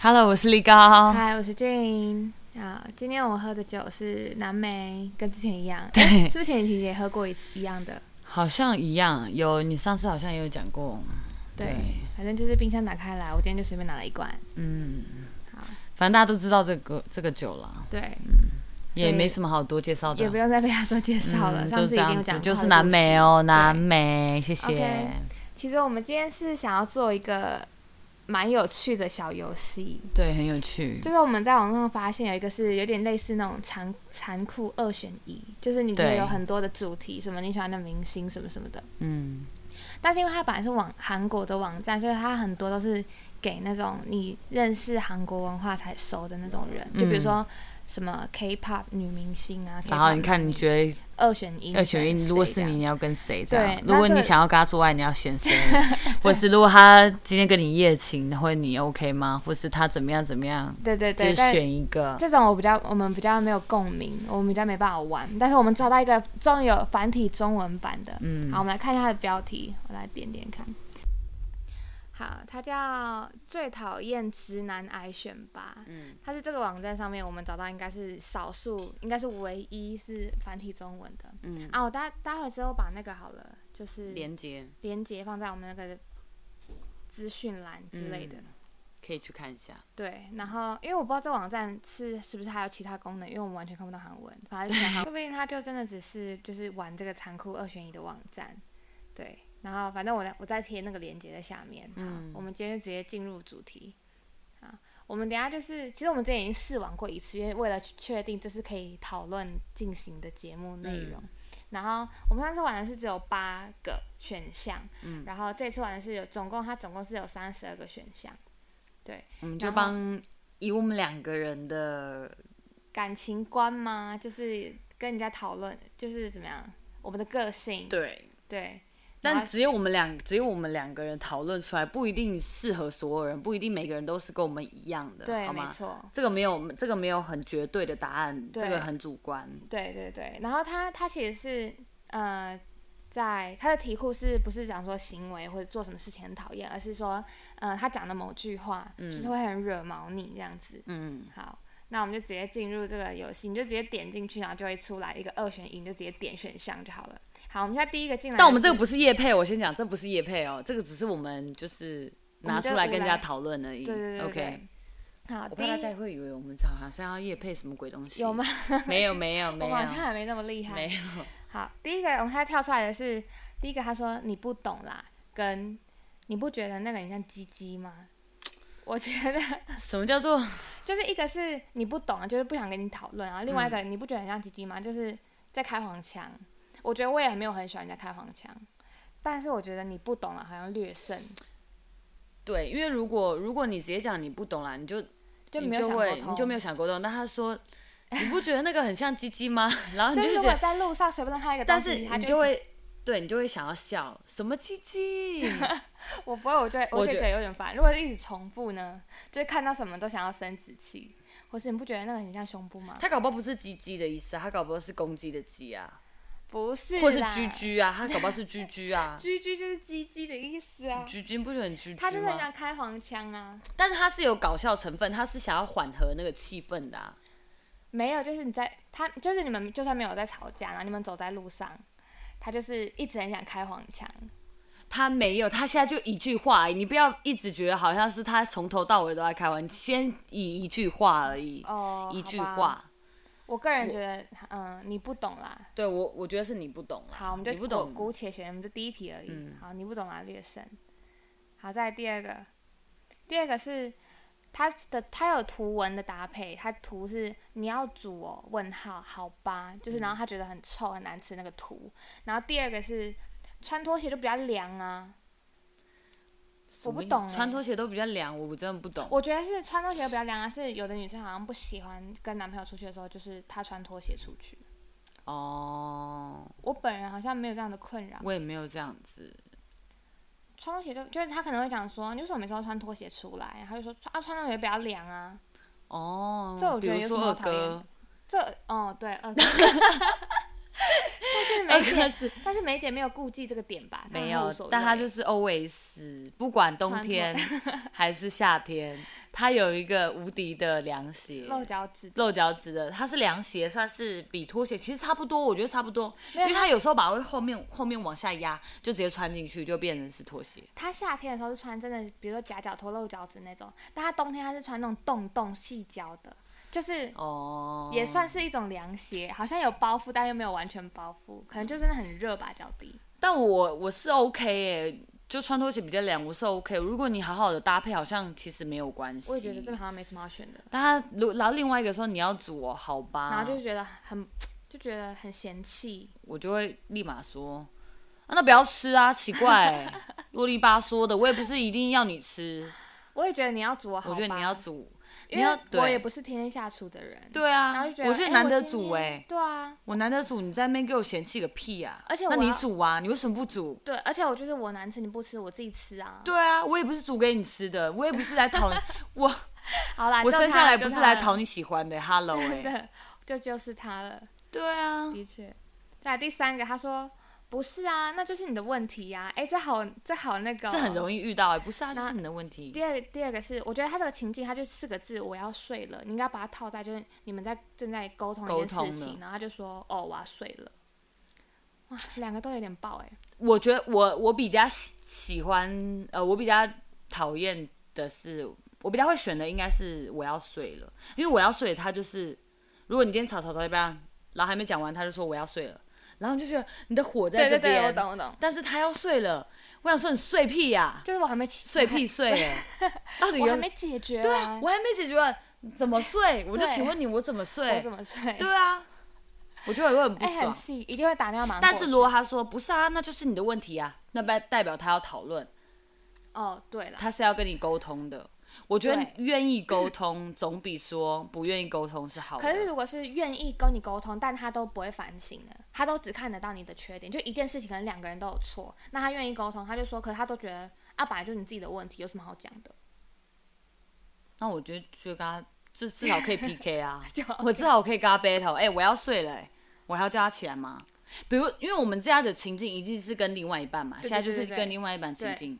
Hello，我是力高。嗨，我是俊。啊，今天我喝的酒是南梅，跟之前一样。哎对诶是不是前几期也喝过一次一样的？好像一样，有你上次好像也有讲过，对，对反正就是冰箱打开来，我今天就随便拿了一罐。嗯好，反正大家都知道这个这个酒了，对，所以也没什么好多介绍的，也不用再被他多介绍了，嗯上就这次已经有样讲子，过。就是南美。哦，南美，谢谢 OK。其实我们今天是想要做一个蛮有趣的小游戏，对，很有趣，就是我们在网上发现有一个是有点类似那种残残酷二选一，就是你可以对有很多的主题，什么你喜欢的明星什么什么的。嗯，但是因为它本来是网韩国的网站，所以它很多都是给那种你认识韩国文化才熟的那种人，就比如说什么 K-pop 女明星啊，嗯然后你看，你觉得二选一，要选一，谁如果是这你，样你要跟谁？对这样那如果这你想要跟他做爱，你要选 谁？或是如果他今天跟你夜情，或者你 OK 吗？或是他怎么样怎么样？对对就对，是但选一个，这种我比较，我们比较没有共鸣，我们比较没办法玩。但是我们找到一个终于有繁体中文版的，嗯好，我们来看一下它的标题，我来点点看。好，它叫《最讨厌直男癌选拔》，嗯它是这个网站上面我们找到应该是少数，应该是唯一是繁体中文的。嗯，啊，我待待会之后把那个好了，就是连接连接放在我们那个资讯栏之类嗯的。可以去看一下。对，然后因为我不知道这网站是是不是还有其他功能，因为我们完全看不到韩文，反正就 全韩文，说不定它就真的只是就是玩这个残酷二选一的网站。对，然后反正我再我再贴那个链接在下面。好，嗯我们今天就直接进入主题。好，我们等一下就是，其实我们之前已经试玩过一次，因为为了去确定这是可以讨论进行的节目内嗯容。然后我们上次玩的是只有八个选项，嗯然后这次玩的是有总共它总共是有三十二个选项，我们就然后帮以我们两个人的感情观吗？就是跟人家讨论，就是怎么样，我们的个性，对，对然但后只有我们两只有我们两个人讨论出来，不一定适合所有人，不一定每个人都是跟我们一样的，对，好没吗？错，这个没有这个没有很绝对的答案，对这个很主观。对对对。然后他他其实是呃，在他的题库是不是讲说行为或者做什么事情很讨厌，而是说呃他讲的某句话是不是会很惹毛你这样子？嗯，好。那我们就直接进入这个游戏，你就直接点进去，然后就会出来一个二选一，你就直接点选项就好了。好，我们现在第一个进来的是，但我们这个不是叶配，我先讲，这不是叶配哦，这个只是我们就是拿出来跟人家讨论而已。对对对对 OK，对好，我第怕大家一会以为我们好像要叶配什么鬼东西，有吗？？ 没有没有我没们有好像还没那么厉害。没有，好，第一个我们现在跳出来的是第一个，他说你不懂啦，跟你不觉得那个很像鸡鸡吗？我觉得 什么叫做就是一个是你不懂啊，就是不想跟你讨论，然啊嗯后另外一个、你不觉得很像鸡鸡吗？就是在开黄腔。我觉得我也没有很喜欢人家开黄腔，但是我觉得你不懂了啊好像略胜，对，因为如果如果你直接讲你不懂啦，你就就你没有想会沟通你就没有想沟通。但他 说你不觉得那个很像鸡鸡吗？ 然后你就是就如觉果得，在路上随便看一个东但西，是他你就就一直会对你就会想要笑什么鸡鸡， 我不会，我就会我我就觉觉得有点烦。如果是一直重复呢，就是看到什么都想要生殖器，或是你不觉得那个很像胸部吗？他搞不好不是鸡鸡的意思啊，他搞不好是公鸡的鸡啊，不是啦，或是居居啊，他搞不好是居居 ，啊居居就是鸡鸡的意思啊。居居不是很居他居真的很吗？想开黄腔啊！但是他是有搞笑成分，他是想要缓和那个气氛的、啊。没有，就是你在他就是你们就算没有在吵架，然后你们走在路上，他就是一直很想开黄腔。他没有，他现在就一句话而已，你不要一直觉得好像是他从头到尾都在开玩笑，先以一句话而已，哦，一句好吧。话。我个人觉得，嗯、你不懂啦。对我，我觉得是你不懂啦。好，我们就你不姑懂，姑且选，我们就第一题而已。嗯好，你不懂啊，略胜。好，再来第二个，第二个是它的它有图文的搭配，它图是你要煮哦，问号，好吧，就是嗯然后他觉得很臭很难吃那个图，然后第二个是穿拖鞋就比较凉啊，我什么不意思懂欸穿拖鞋都比较凉，我真的不懂。我觉得是穿拖鞋比较凉啊，是有的女生好像不喜欢跟男朋友出去的时候，就是她穿拖鞋出去。哦，我本人好像没有这样的困扰，我也没有这样子。穿拖鞋就就是他可能会讲说，你为什么每次都穿拖鞋出来？然后就说啊，穿拖鞋比较凉啊。哦，这我比觉得如有什说么好二讨厌的哥，这哦对，呃，但是 梅哎， 可姐，是但是梅姐没有顾忌这个点吧？她没好像有无所，但他就谓是 always 不管冬穿脱天还是夏天，他有一个无敌的凉鞋。露脚趾，露脚趾的，它是凉鞋，算是比拖鞋，其实差不多，我觉得差不多，因没有为它它有时候把会后面后面往下压，就直接穿进去，就变成是拖鞋。她夏天的时候是穿真的，比如说夹脚拖、露脚趾那种，但她冬天她是穿那种洞洞细脚的，就是哦，也算是一种凉鞋，好像有包覆，但又没有完全包覆，可能就真的很热吧，脚底。但我我是 OK 耶、就穿拖鞋比较凉，我是 OK。如果你好好的搭配，好像其实没有关系。我也觉得这边好像没什么好选的，啊但他如然后另外一个说你要煮哦，好吧，然后就觉得很，就觉得很嫌弃。我就会立马说，啊那不要吃啊，奇怪、 啰里吧嗦的，我也不是一定要你吃，我也觉得你要煮我好我觉得吧你要，煮，因你要为我也对不是天天下厨的人。对然啊，后就觉得，我觉得哎难得今煮天哎、对啊，我难得煮，你在那边给我嫌弃个屁啊！而且那我你要煮啊，你为什么不煮？对，而且我就是我难吃你不吃，我自己吃啊。对啊，我也不是煮给你吃的，我也不是来 讨我好啦，我就生啊他下了来就不是他来了讨你喜欢的，Hello 哎、 对，就就是他了，对啊，的确。再来第三个，他说不是啊，那就是你的问题呀、哎，这好，这好那个哦、这很容易遇到哎、不是啊，就那是你的问题。第二第二个是，我觉得他这个情境，他就四个字，我要睡了。你应该把它套在就是你们在正在沟通沟一件通事情，了然后他就说哦，我要睡了。哇，两个都有点爆哎、我觉得我我比较喜喜欢，呃，我比较讨厌的是，我比较会选的应该是我要睡了，因为我要睡，他就是如果你今天吵吵吵一半，然后还没讲完，他就说我要睡了，然后你就觉得你的火在对这对边，对，我懂我懂，但是他要睡了，我想说你睡屁呀、就是我还没起睡屁，睡、 欸，到底我还我有还没解决对完，啊，我还没解决完，怎么睡？我就对请问你，我怎么我睡怎？么睡？对啊，我就会很不哎、很爽。气，一定会打电话马上过但去。是如果他说不是啊，那就是你的问题啊，那代代表他要讨论，哦，对了，他是要跟你沟通的。我觉得对愿意沟通总比说不愿意沟通是好的。可是如果是愿意跟你沟通，但他都不会反省的，他都只看得到你的缺点，就一件事情可能两个人都有错，那他愿意沟通，他就说，可是他都觉得啊，本来就是你自己的问题，有什么好讲的？那我觉得就跟他至至少可以 PK 啊就，我至少可以跟他 battle。哎、我要睡了、哎我还要叫他起来吗？比如，因为我们这样的情境一定是跟另外一半嘛，对对现在就对嗯是对对跟另外一半情境，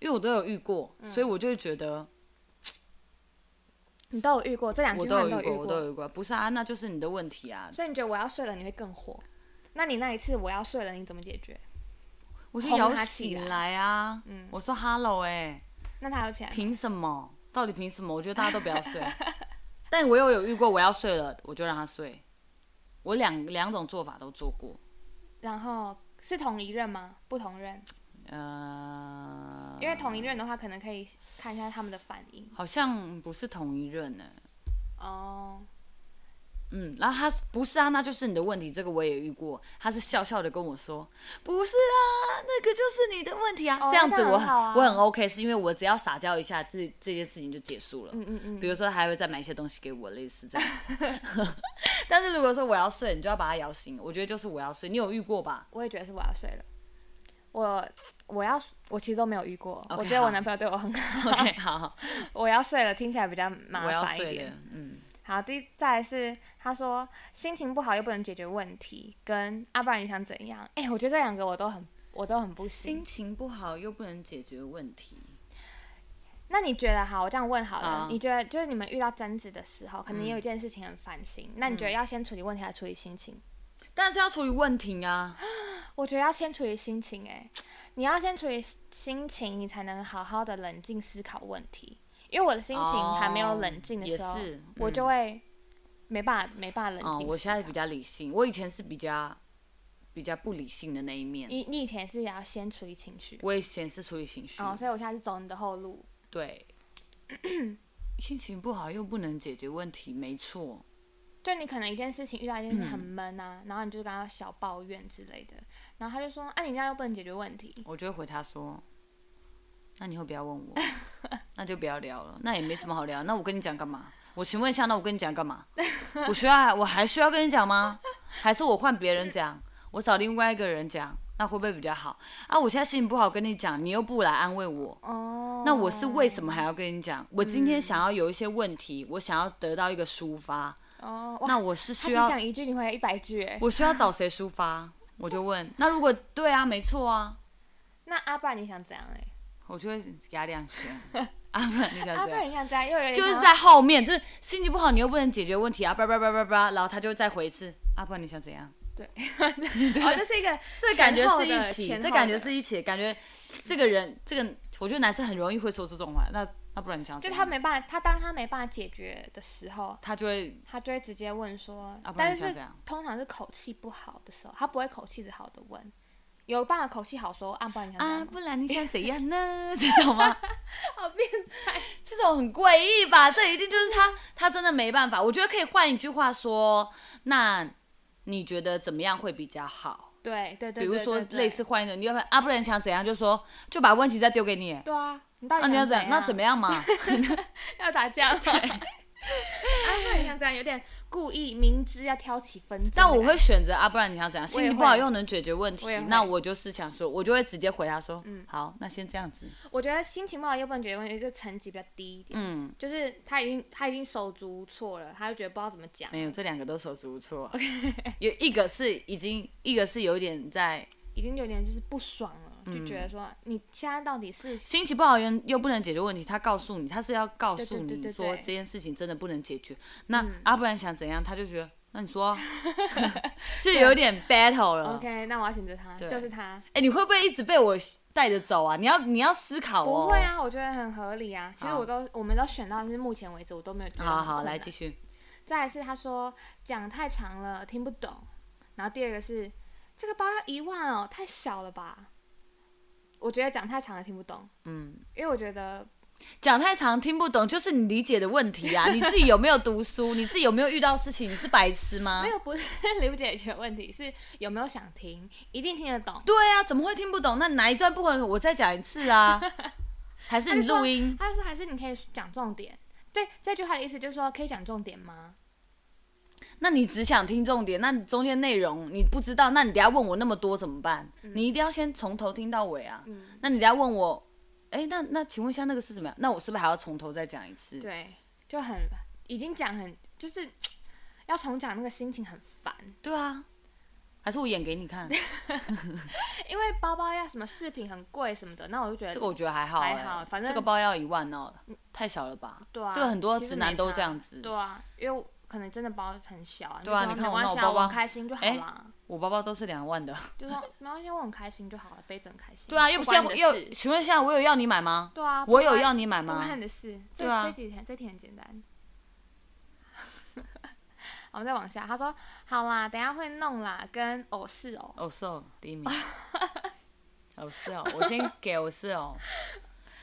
因为我都有遇过，所以我就会觉得你都有遇过这两我句话，你有遇有我都有遇过，不是啊，那就是你的问题啊。所以你觉得我要睡了，你会更火？那你那一次我要睡了，你怎么解决？我就哄摇他起醒来嗯来啊，我说 hello 哎、那他有起来吗？凭什么？到底凭什么？我觉得大家都不要睡。 但我又有遇过，我要睡了，我就让他睡。我两两种做法都做过。然后是同一任吗？不同任，呃，因为同一任的话，可能可以看一下他们的反应好像不是同一任呢、哦。嗯，然后他不是啊，那就是你的问题，这个我也遇过。他是笑笑的跟我说，不是啊，那个就是你的问题啊。哦这样那子这样我很好啊我很 OK，是因为我只要撒娇一下，这这件事情就结束了。嗯嗯嗯，比如说他还会再买一些东西给我，类似这样子。 但是如果说我要睡，你就要把他摇醒。我觉得就是我要睡，你有遇过吧？我也觉得是我要睡了。我我要我其实都没有遇过 OK，我觉得好我男朋友对我很好。 OK，好，我要睡了，听起来比较麻我要烦一睡点了。。嗯，好，第再来是他说心情不好又不能解决问题，跟啊不然你想怎样？哎、我觉得这两个我都很我都很不行心。情不好又不能解决问题。那你觉得好？我这样问好了，好你觉得就是你们遇到争执的时候，可能也嗯有一件事情很烦心，那你觉得要先处理问题还是处理心情？但是要处理问题 啊。我觉得要先处理心情、哎，你要先处理心情，你才能好好的冷静思考问题。因为我的心情还没有哦冷静的也时候，是嗯我就会没办法没办法冷哦，静、我现在比，较理性，我以前是比较比较不理性的那一面，你你以前是也要先处理情绪，我以前是处于情绪，哦，所以我现在是走你的后路。 对，心情不好又不能解决问题，没错，就你可能一件事情遇到一件事情嗯很闷啊，然后你就跟他小抱怨之类的，然后他就说：“啊，你这样又不能解决问题。我就会回他说，那你以后不要问我， 那就不要聊了，那也没什么好聊，那我跟你讲干嘛？我询问一下，那我跟你讲干嘛？我需要我还需要跟你讲吗？还是我换别人讲，我找另外一个人讲，那会不会比较好？啊，我现在心情不好跟你讲，你又不来安慰我。”哦，那我是为什么还要跟你讲？我今天想要有一些问题，我想要得到一个抒发，哦，哇，那我是他需只要讲一句，你回来一百句哎。我需要找谁抒发？我就问，那如果对啊，没错啊，那阿爸你想怎样哎？我就会给他两拳。啊，不然你想阿怎爸样？你想怎样？又有点就是想在后面，就是心情不好，你又不能解决问题啊，叭叭叭叭叭，然后他就再回一次啊，不然你想怎样？哦，这是一个这感觉前后是一的起，前这后感觉的是一起，感觉这个人，这个我觉得男生很容易会说出这种话。那那不然你想就怎样？他没办法，他当他没办法解决的时候，他就会他就会直接问说，啊，不然但你想是怎样？通常是口气不好的时候，他不会口气好的问，有办法口气好说，啊，不然你想怎样啊，吗不然你想怎样 呢？这种吗？好变态， 这种很诡异吧？这一定就是他，他真的没办法。我觉得可以换一句话说，那你觉得怎么样会比较好？对对比对，如对说对对类似换一种，你要不然啊，不然你想怎样？就说就把问题再丢给你。对啊，你到底那你要想怎样？那怎么样 嘛？要打架 吗？啊，不然你想怎样？有点故意明知要挑起纷争的感觉，但我会选择啊，不然你想怎样？我心也会情不好又能解决问题我也会，那我就是想说，我就会直接回答说，嗯好，那先这样子，我觉得心情不好，又不能解决问题，就层级比较低一点。嗯，就是他已经他已经手足无措了，他就觉得不知道怎么讲，没有，这两个都手足无措，有一个是已经，一个是有一点在已经有点就是不爽了，嗯就觉得说你现在到底是心情不好又又不能解决问题，他告诉你，他是要告诉对对对你对说对嗯这件事情真的不能解决。那啊，不然想怎样，他就觉得那你说 啊、就有点 battle 了。 OK，那我要选择他，啊对就是他。哎、你会不会一直被我带着走啊？你要你要思考哦。不会。啊，我觉得很合理啊。其实好我都我们都选到，就是目前为止我都没有觉得很好困难。好，来继续。再来是他说讲太长了听不懂，然后第二个是这个包要一万哦，太小了吧？我觉得讲太长了听不懂，嗯，因为我觉得讲太长听不懂，就是你理解的问题 啊。你自己有没有读书？你自己有没有遇到事情？你是白痴吗没？有不是 理不解决问题，是有没有想听，一定听得懂。对啊，怎么会听不懂？那哪一段不合？我再讲一次 啊。还是他你就说录音？他就说还是你可以讲重点。这这句话的意思就是说可以讲重点吗？那你只想听重点，那你中间内容你不知道，那你等下问我那么多怎么办？你一定要先从头听到尾啊。嗯，那你等下问我，哎、那那请问一下那个是怎么样？那我是不是还要从头再讲一次？对，就很已经讲很就是要重讲那个心情很烦，对啊，还是我演给你 看？因为包包要什么饰品很贵什么的，那我就觉得这个我觉得还好、欸，还好反正这个包要一万哦，太小了吧？对啊，这个很多其实直男没都差这样子对啊，因为我可能真的包很小啊，对啊你就说你看没我关那系我啊，包包我很开心就好哎啦，我包包都是两万 的。就说没关系，我很开心就好了，背着很开心。对啊，又不不是关要你的又，事请问一下，我有要你买吗？对啊，我有不关要你买不吗关？你的事，这对啊这几天这题很简单。 我们再往下，他说好啦，等一下会弄啦，跟偶是偶，偶是哦，第一名。 偶是哦，我先给偶是 哦。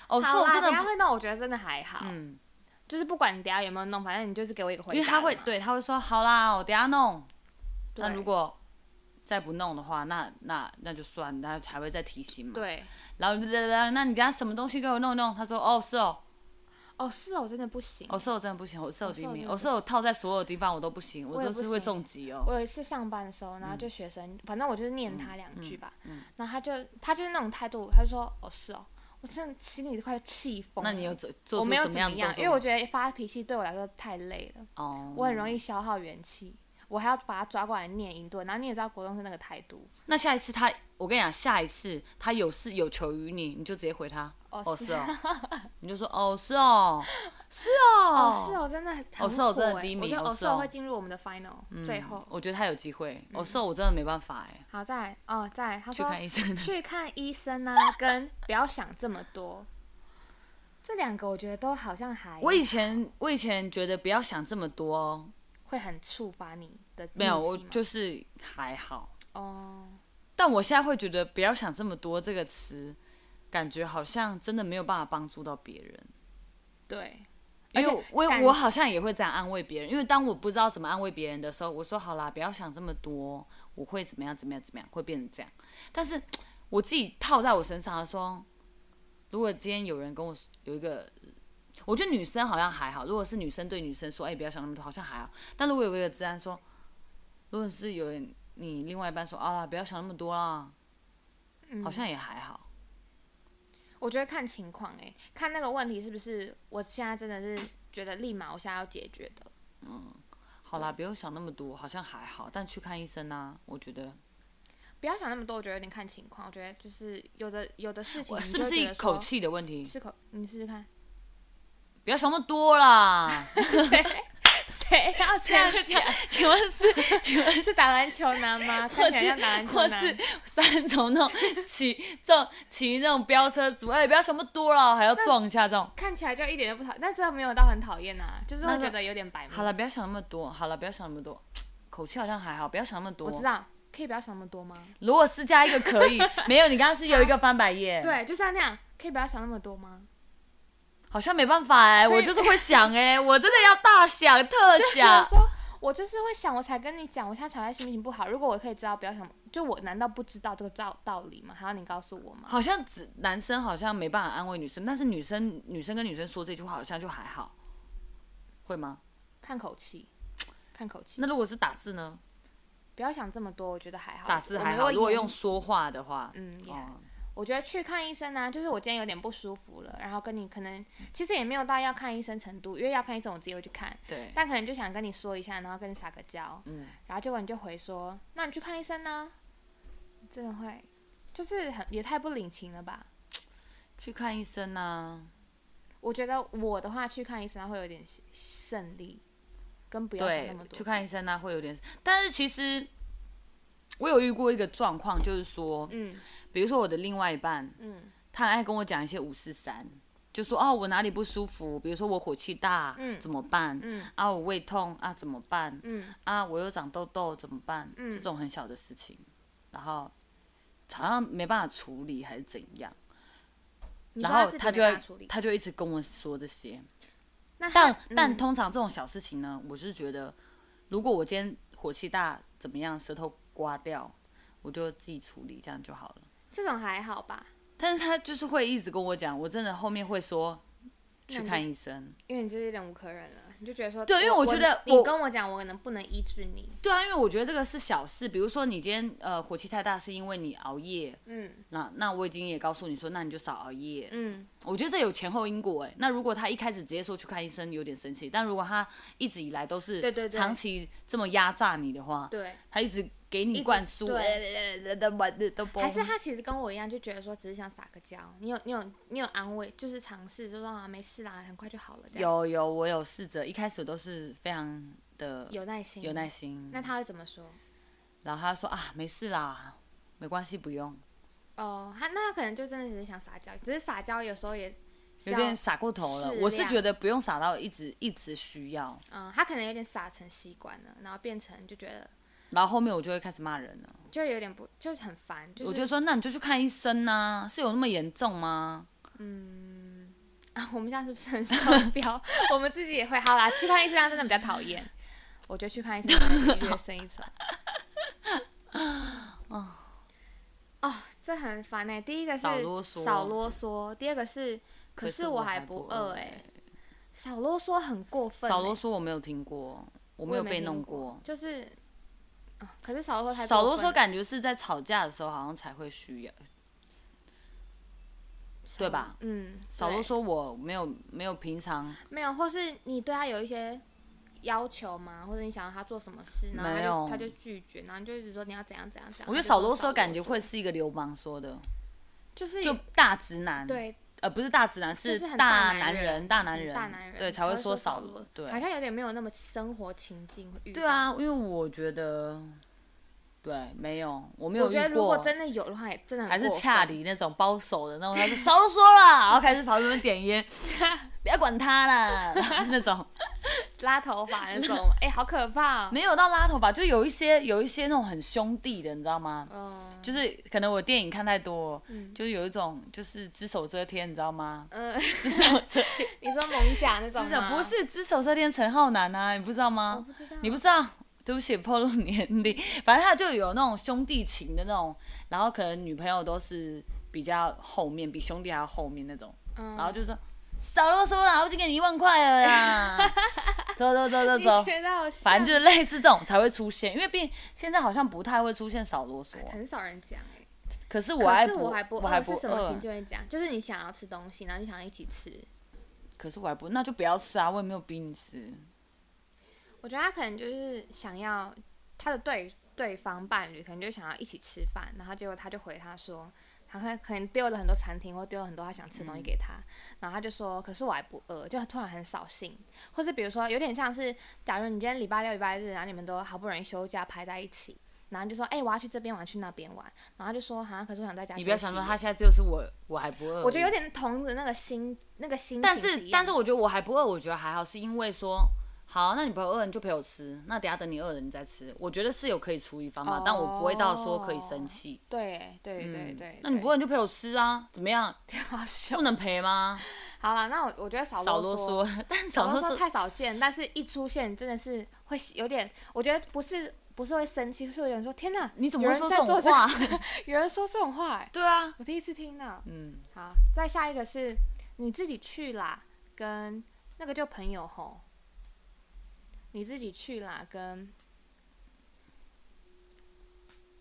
偶是好哦，啦，真的等一下不，会弄，我觉得真的还好，嗯，就是不管你等一下有没有弄，反正你就是给我一个回答因嘛，为他会对他会说好啦，我等一下弄。对那如果再不弄的话，那那那就算，他还会再提醒嘛。对然后那你家什么东西给我弄一弄？他说哦是哦，偶是偶真的不行，偶是哦真的不行，偶是哦第一名，偶偶是是哦套在所有地方我都不行，我我也都不是会行中计哦。我有一次上班的时候，然后就学生，反正我就是念他两句吧，嗯然后他就他就是那种态度，他就说哦是哦，我真的心里都快气疯了。那你有做做我出没有什怎样的动样，作因为我觉得发脾气对我来说太累了，哦，我很容易消耗元气，我还要把他抓过来念一顿，然后你也知道国中是那个态度，那下一次他，我跟你讲，下一次他有事有求于你，你就直接回他。哦是是哦， 你就说哦是哦，是哦，哦是哦，真的很哦是哦很火真的欸第一名我觉得哦哦是是哦哦会进入我们的 final、最嗯后。我觉得他有机会。嗯哦是哦，我真的没办法哎，好再来哦再来，他去说看医生。去看医生啊，跟不要想这么多，这两个我觉得都好像还我以前我以前觉得不要想这么多哦，会很触发你的没有，怒气我吗就是还好。哦，但我现在会觉得不要想这么多这个词，感觉好像真的没有办法帮助到别人。对，因而为且我感我好像也会这样安慰别人，因为当我不知道怎么安慰别人的时候，我说好啦，不要想这么多，我会怎么样怎么样怎么样，会变成这样。但是我自己套在我身上的说，如果今天有人跟我有一个，我觉得女生好像还好，如果是女生对女生说，哎、不要想那么多，好像还好。但如果有一个直男说，如果是有人你另外一半说啊，不要想那么多啦，嗯好像也还好。我觉得看情况哎、看那个问题是不是我现在真的是觉得立马我现在要解决的，好啦，不用想那么多，好像还好。但去看医生啊，我觉得不要想那么多，我觉得有点看情况。我觉得就是有的有的事情我你是就不会是觉一得说口气的问题？是口，你试试看。 不要想那么多啦。谁谁 要这样这样讲？请问是 请问是打篮球 男吗？或啊看起来像打是篮球或是 男。三种那种骑这种骑那种飙车族，哎、不要想那么多了，还要撞一下这种。看起来就一点都不讨，但真的没有到很讨厌呐，就是那会就觉得有点白目好。了，不要想那么多。好了，不要想那么多。口气好像还好，不要想那么多。我知道，可以不要想那么多吗？如果是加一个可 以，没有你刚刚是有一个翻白眼，，对，就是要那样，可以不要想那么多吗？好像没办法哎、所以啊我就是会想哎、我真的要大想 特想我。说我就是会想，我才跟你讲，我现在才会心情不好。如果我可以知道，不要想，就我难道不知道这个道道理吗？还要你告诉我吗？好像只男生好像没办法安慰女生，但是女生女生跟女生说这句话好像就还好，会吗？看口气，看口气，那如果是打字呢？不要想这么多，我觉得还好。打字我还们好，如果严用说话的话，嗯也还哦，我觉得去看医生呢、就是我今天有点不舒服了，然后跟你可能嗯其实也没有到要看医生程度，因为要看医生我自己会去看，对，但可能就想跟你说一下，然后跟你撒个娇，嗯，然后结果你就回说，那你去看医生呢、真的会，就是很也太不领情了吧？去看医生啊呐、我觉得我的话去看医生会有点胜利，跟不要想那对么，多。去看医生呐、啊会有点，但是其实我有遇过一个状况，就是说，嗯比如说我的另外一半，嗯他很爱跟我讲一些五四三，就说哦我哪里不舒服，比如说我火气大，嗯怎么办？嗯啊我胃痛啊怎么办？嗯，啊我又长痘痘怎么办？嗯这种很小的事情，然后好像没办法处理还是怎样，你然说后自己他没就办会法处理，他就一直跟我说这 些，那他但、但嗯通常这种小事情呢，我是觉得如果我今天火气大怎么样，舌头刮掉，我就自己处理这样就好了。这种还好吧？但是他就是会一直跟我讲，我真的后面会说那去你看就医生。因为你就是有点无可忍了，你就觉得说对因为我我觉得你我跟我讲，我可能不能医治你，对啊，因为我觉得这个是小事，比如说你今天呃火气太大，是因为你熬夜，嗯那那我已经也告诉你说，那你就少熬夜。嗯，我觉得这有前后因果哎。那如果他一开始直接说去看医生，有点生气；但如果他一直以来都是对对对长期这么压榨你的话，对，他一直给一你直灌输，对还还是他其实跟我一样，就觉得说只是想撒个娇，你有你有你有安慰，就是尝试，就说啊没事啦，很快就好了，这样有有，我有试着，一开始我都是非常的有耐心，有耐。心，嗯那他会怎么说？然后他说啊没事啦，没关系，不用，哦，他那他可能就真的只是想撒娇，只是撒娇有时候也是有要点傻过头了。我适是量觉得不用傻到一直一直需要，嗯，他可能有点撒成习惯了，然后变成就觉得然后后面我就会开始骂人了。就有点不就是很烦，就是我就说那你就去看医生呐、是有那么严重吗？ 啊，我们这样是不是很双标？ 我们自己也会。好啦，去看医生这啊样真的比较讨厌。我觉得去看医生真的比越生 一层。哦，这很烦哎、第一个是少啰嗦少啰嗦第二个是，可是我还不饿哎、少啰嗦很过分、欸，欸少啰嗦我没有听过，我没也有被听弄过过。，就是啊，可是少啰嗦太少过啰分嗦了感觉是在吵架的时候好像才会需要，对吧？嗯，少啰对嗦我没有没有平常没有，或是你对他有一些要求吗？或者你想要他做什么事，然没后有他就他就拒绝，然后你就一直说你要怎样怎样怎样。我觉得他就少说啰嗦感觉会是一个流氓说的，就是就大直男，，对呃，不是大直男，就是很大大男人，大很男人，大男人对，才会说少啰啰，对好，像有点没有那么生活情境会遇到对，啊，因为我觉得，对，没有，我没有我觉得遇如果过，真的有的话，也真的很还是过分恰里那种包手的那种，他 就少啰嗦了，然后开始旁边点烟， 不要管他啦， 那种拉头发那种，哎、好可怕、哦。没有到拉头发，就有一些有一些那种很兄弟的，你知道吗？嗯就是可能我电影看太多，嗯就是有一种就是只手遮天，你知道 吗？嗯，只手遮天。你说蒙甲那种是的，吗不，是《只手遮天》陈浩南啊，你不知道我吗？不知道，你不知道？对不起，暴露年龄。反正他就有那种兄弟情的那种，然后可能女朋友都是比较后面，比兄弟还要后面那种，嗯，然后就说少啰嗦啦，我已经给你一万块了啦， 走走走走你走，觉得好像反正就是类似这种才会出现，因为毕现在好像不太会出现少啰嗦。很少人讲哎、可是我可还是不，我还不我还饿不是什么饿情，境会讲？就是你想要吃东西，然后你想要一起吃。可是我还不，那就不要吃啊，我也没有逼你吃。我觉得他可能就是想要他的对对方伴侣，可能就想要一起吃饭，然后结果他就回他说，他可能可能丢了很多餐厅或丢了很多他想吃的东西给他，然后他就说，可是我还不饿，就突然很扫兴，或是比如说有点像是，假如你今天礼拜六、礼拜日，然后你们都好不容易休假排在一起。然后就说，哎、我要去这边玩，去那边玩。然后他就说，好、可是我想在家。你不要想说他，现在就是我，我还不饿。我觉得有点同着那个心，那个心情但一是样但是我觉得我还不饿，我觉得还好，是因为说，好，那你不饿你就陪我吃，那等下等你饿了你再吃。我觉得是有可以处理方法，但我不会到说可以生气。对哦对对嗯对，那你不会饿你就陪我吃啊，怎么样？好笑不。能陪吗？好了，那我 我觉得少少啰啰嗦，嗦，但少少啰嗦太少见，但是一出现真的是会有点，我觉得不是不是会生气，是有点说天哪，你怎么有会人说在这种做话？有人说这种话、欸，对啊，我第一次听到。嗯，好，再下一个是你自己去啦，跟那个叫朋友吼，你自己去啦，跟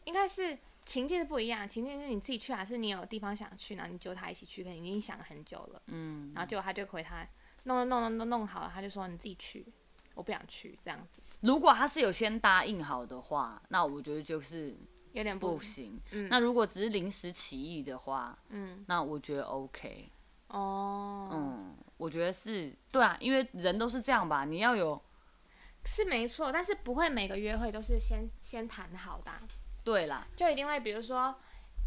应该是情境是不一样，情境是你自己去啦，是你有地方想去，然后你揪他一起去，可能已经想很久了，嗯，然后结果他就回他弄弄弄弄弄好了，他就说你自己去，我不想去，这样子如果他是有先答应好的话，那我觉得就是有点不不行。嗯那如果只是临时起意的话，嗯那我觉得 OK。哦，嗯，我觉得是对啊，因为人都是这样吧，你要有是没错，但是不会每个约会都是先先谈好的啊、对啦。就一定会，比如说，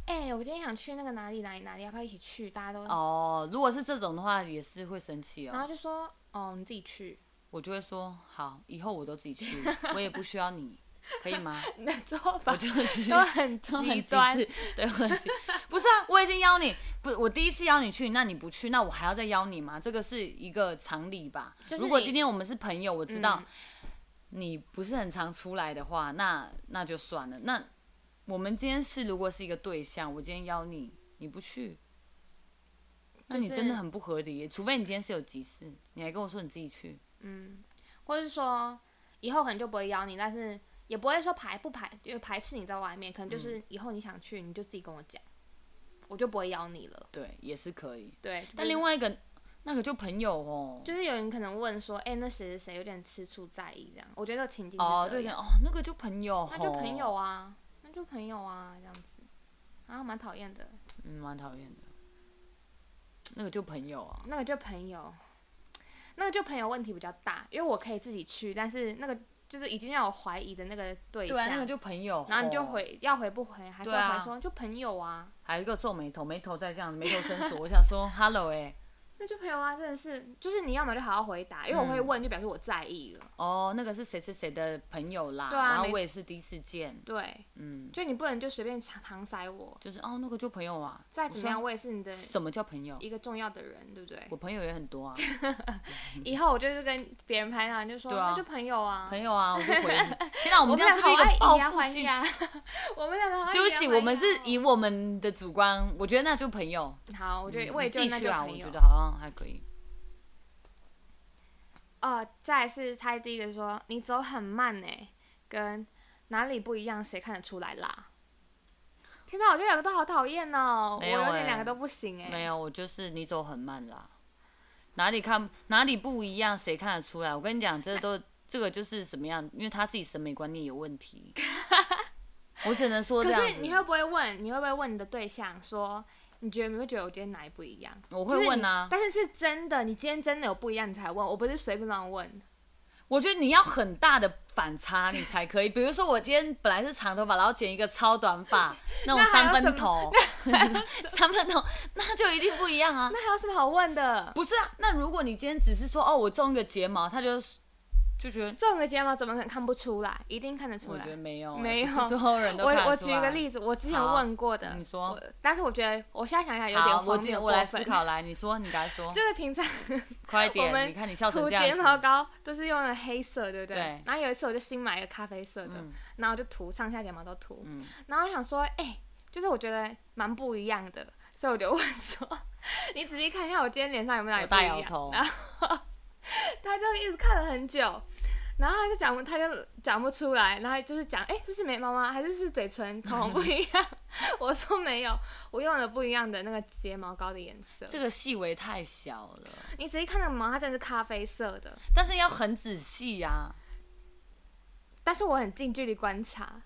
哎、我今天想去那个哪里哪里哪里，要不要一起去？大家都，哦，如果是这种的话，也是会生气然哦。后就说，哦，你自己去。 我就会说好，以后我都自己去，我也不需要你，可以 吗？你的做我法就直接都很都很极极端，致，对，我很极不是啊，我已经邀你，不，我第一次邀你去，那你不去，那我还要再邀你吗？这个是一个常理吧。就是如果你今天我们是朋友，我知道嗯你不是很常出来的话，那那就算了。那我们今天是如果是一个对象，我今天邀你，你不去，那你就是真的很不合理耶。除非你今天是有急事，你还跟我说你自己去，嗯，或者是说以后可能就不会邀你，但是也不会说排不排，就排斥你在外面，可嗯能就是以后你想去，你就自己跟我讲，我就不会邀你了。对，也是可以。对，就但是另外一个那个就朋友哦，就是有人可能问说，哎、那谁谁谁有点吃醋在意这样，我觉得情境是哦，这这个样哦，那个就朋友哦，那就朋友啊，那就朋友啊，这样子啊，蛮讨厌的。嗯，蛮讨厌的。那个就朋友啊，那个就朋友，那个就朋友问题比较大，因为我可以自己去，但是那个就是已经让我怀疑的那个对象，对啊，那个就朋友吼。然后你就回要回不回，还是哦对啊回说、就朋友啊，还有一个皱眉头，眉头在这样，眉头深锁。我想说，Hello 哎、那就朋友啊，真的是就是你要么就好好回答，因为我嗯会问就表示我在意了，哦，那个是谁谁谁的朋友啦，对啊然后没我也是第一次见，对，嗯，就你不能就随便搪搪塞我，就是哦，那个就朋友啊，再我怎么说样我也是你的什么叫朋友？一个重要的人，对不对？我朋友也很 多啊，以后我就是跟别人拍照，你就说、对啊那就朋友啊，朋友啊，我就回你。天 哪，我我们们这样俩是不是好一个爱以报牙复还性？牙， 我们两个好爱对不以牙起，还我们牙是哦以我们的主观，我觉得那就朋友。好，我觉得嗯我也你就自己那去就啊，朋我觉友得。好像还可以。哦，再来是他第一个说你走很慢呢、跟哪里不一样，谁看得出来啦？天哪，我觉得两个都好讨厌哦，没有我有欸点两个都不行哎、没有，我就是你走很慢啦，哪里看哪里不一样，谁看得出来？我跟你讲，这都这个就是什么样，因为他自己审美观念有问题。 我只能说这可样是你会子，不会问？你会不会问你的对象说？你觉得你会觉得我今天哪里不一样？我就是会你问啊。但是是真的，你今天真的有不一样，你才问，我不是随便乱问。我觉得你要很大的反差，你才可以。比如说，我今天本来是长头发，然后剪一个超短发，那种那还有三什分么 头， 三分头，那就一定不一样啊。那还有什么好问的？不是啊，那如果你今天只是说哦，我种一个睫毛，他就就觉得这种个睫毛怎么可能看不出来？一定看得出我来觉。得没有欸，没不有是所有人都看得 我我出举一个来例子，我之前好嗯问过的，你说我，但是我觉得我现在想想有点哦好，我荒今谬我来过思分。 考来，你说，你来说，就是平常快我点，们你看你 笑成涂这样睫毛子，膏都是用的黑色，对不对？对然后有一次我就新买一个咖啡色的，嗯然后我就涂上下睫毛都涂，嗯，然后我想说，哎、就是我觉得蛮不一样的，所以我就问说， 你仔细看一下我今天脸上有没有哪里我不大一样？摇头然后他就一直看了很久。然后他就讲不，他就讲不出来，然后就是讲，哎，就是眉毛吗？还是是嘴唇口红不一样？ 我说没有，我用了不一样的那个睫毛膏的颜色。这个细微太小了， 你仔细看那个毛，它真的是咖啡色的，但是要很仔细呀、但是我很近距离观察，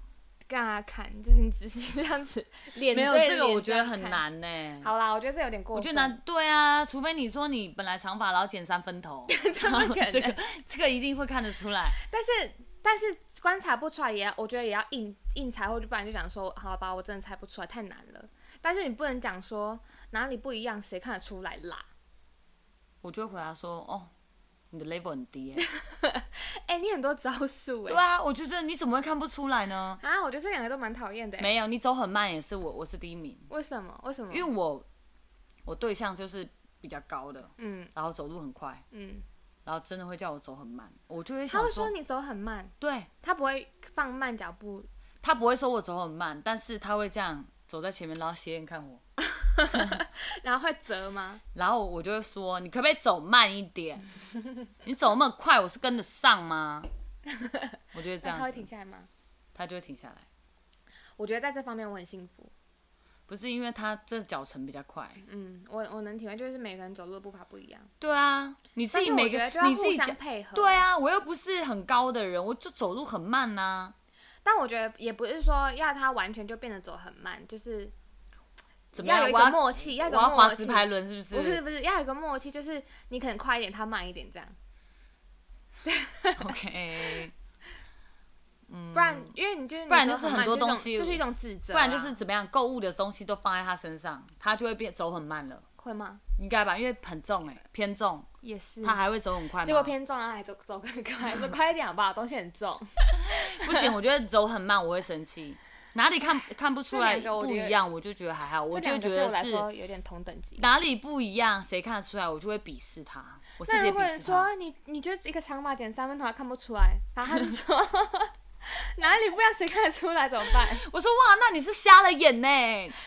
跟他看，就是你仔细这样子 脸没有对这个，脸我觉得样很看。难呢。好啦，我觉得这有点过分，我觉得难，对啊，除非你说你本来长发，然后剪三分头， 这不可能这个这个一定会看得出来。但是但是观察不出来也要，我觉得也要硬硬猜，或者不然就讲说，好吧，我真的猜不出来，太难了。但是你不能讲说哪里不一样，谁看得出来啦？我就会回答说，哦，你的 level 很 低耶。 哎、你很多招数哎、对啊，我觉得你怎么会看不出来呢？啊，我觉得这两个都蛮讨厌的、欸。没有，你走很慢也是我，我是第一名，为什么？为什么？因为我我对象就是比较高的，嗯然后走路很快，嗯，然后真的会叫我走很慢，我就会他想会说，说你走很慢，对他不会放慢脚步。他不会说我走很慢，但是他会这样走在前面，然后斜眼看我，然后会折吗？然后我就会说，你可不可以走慢一点？ 你走那么快，我是跟得上吗？我就会这 那样他会子停，下来吗？他就会停下来。我觉得在这方面我很幸福。不是因为他这脚程比较快，嗯，我我能体会，就是每个人走路的步伐不一样，对啊，你自但己是我每觉个得就要你自互己相讲，配合。对啊，我又不是很高的人，我就走路很慢啊呐、但我觉得也不是说要他完全就变得走很慢，就是怎么要样？有一我个要默契，要有我一个要滑默直契。排轮是不是？不是不是，要有一个默契，就是你可能快一点，他慢一点这样， o k 不然因为你就是嗯不然你就走是慢很多就是东西一种就是一种指责不啊，然就是怎么样？购物的东西都放在他身上，他就会变走很慢了，会吗？应该吧？因为很重哎、偏重，也是，他还会走很快吗？嗯结果偏重，然啊后还走走更 快，说快一点好不好？东西很重，不行，我觉得走很慢我会生气，哪里看看不出来这两个我不觉得一样，我就觉得还好，我就这两个觉对得我来是说有点同等级。哪里不一样，谁看得出来，我就会鄙视他，我是直那接如果鄙你视他。说你你就是一个长发剪三分头还看不出来，然后他就说 哪里不一样，谁看得出来怎么 办？我说哇，那你是瞎了眼呢、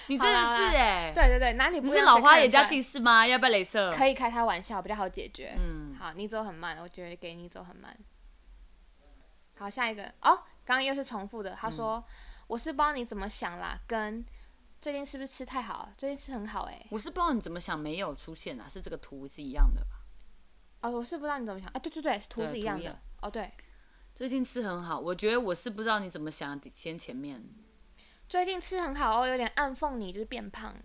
你真的是哎、对对对，哪里不你一是样老谁花看得眼出来加近视吗？要不要镭射？可以开他玩笑，比较好解决。嗯，好，你走很慢，我觉得给你走很慢。好，下一个哦，刚刚又是重复的。他说：“嗯我是不知道你怎么想啦，跟最近是不是吃太好？最近吃很好哎、我是不知道你怎么想，没有出现啊，是这个图是一样的吧？哦，我是不知道你怎么想啊，对对对，图对是图一样一的样。哦，对，最近吃很好，我觉得我是不知道你怎么想，先前面最近吃很好哦，有点暗讽你就是变胖了。”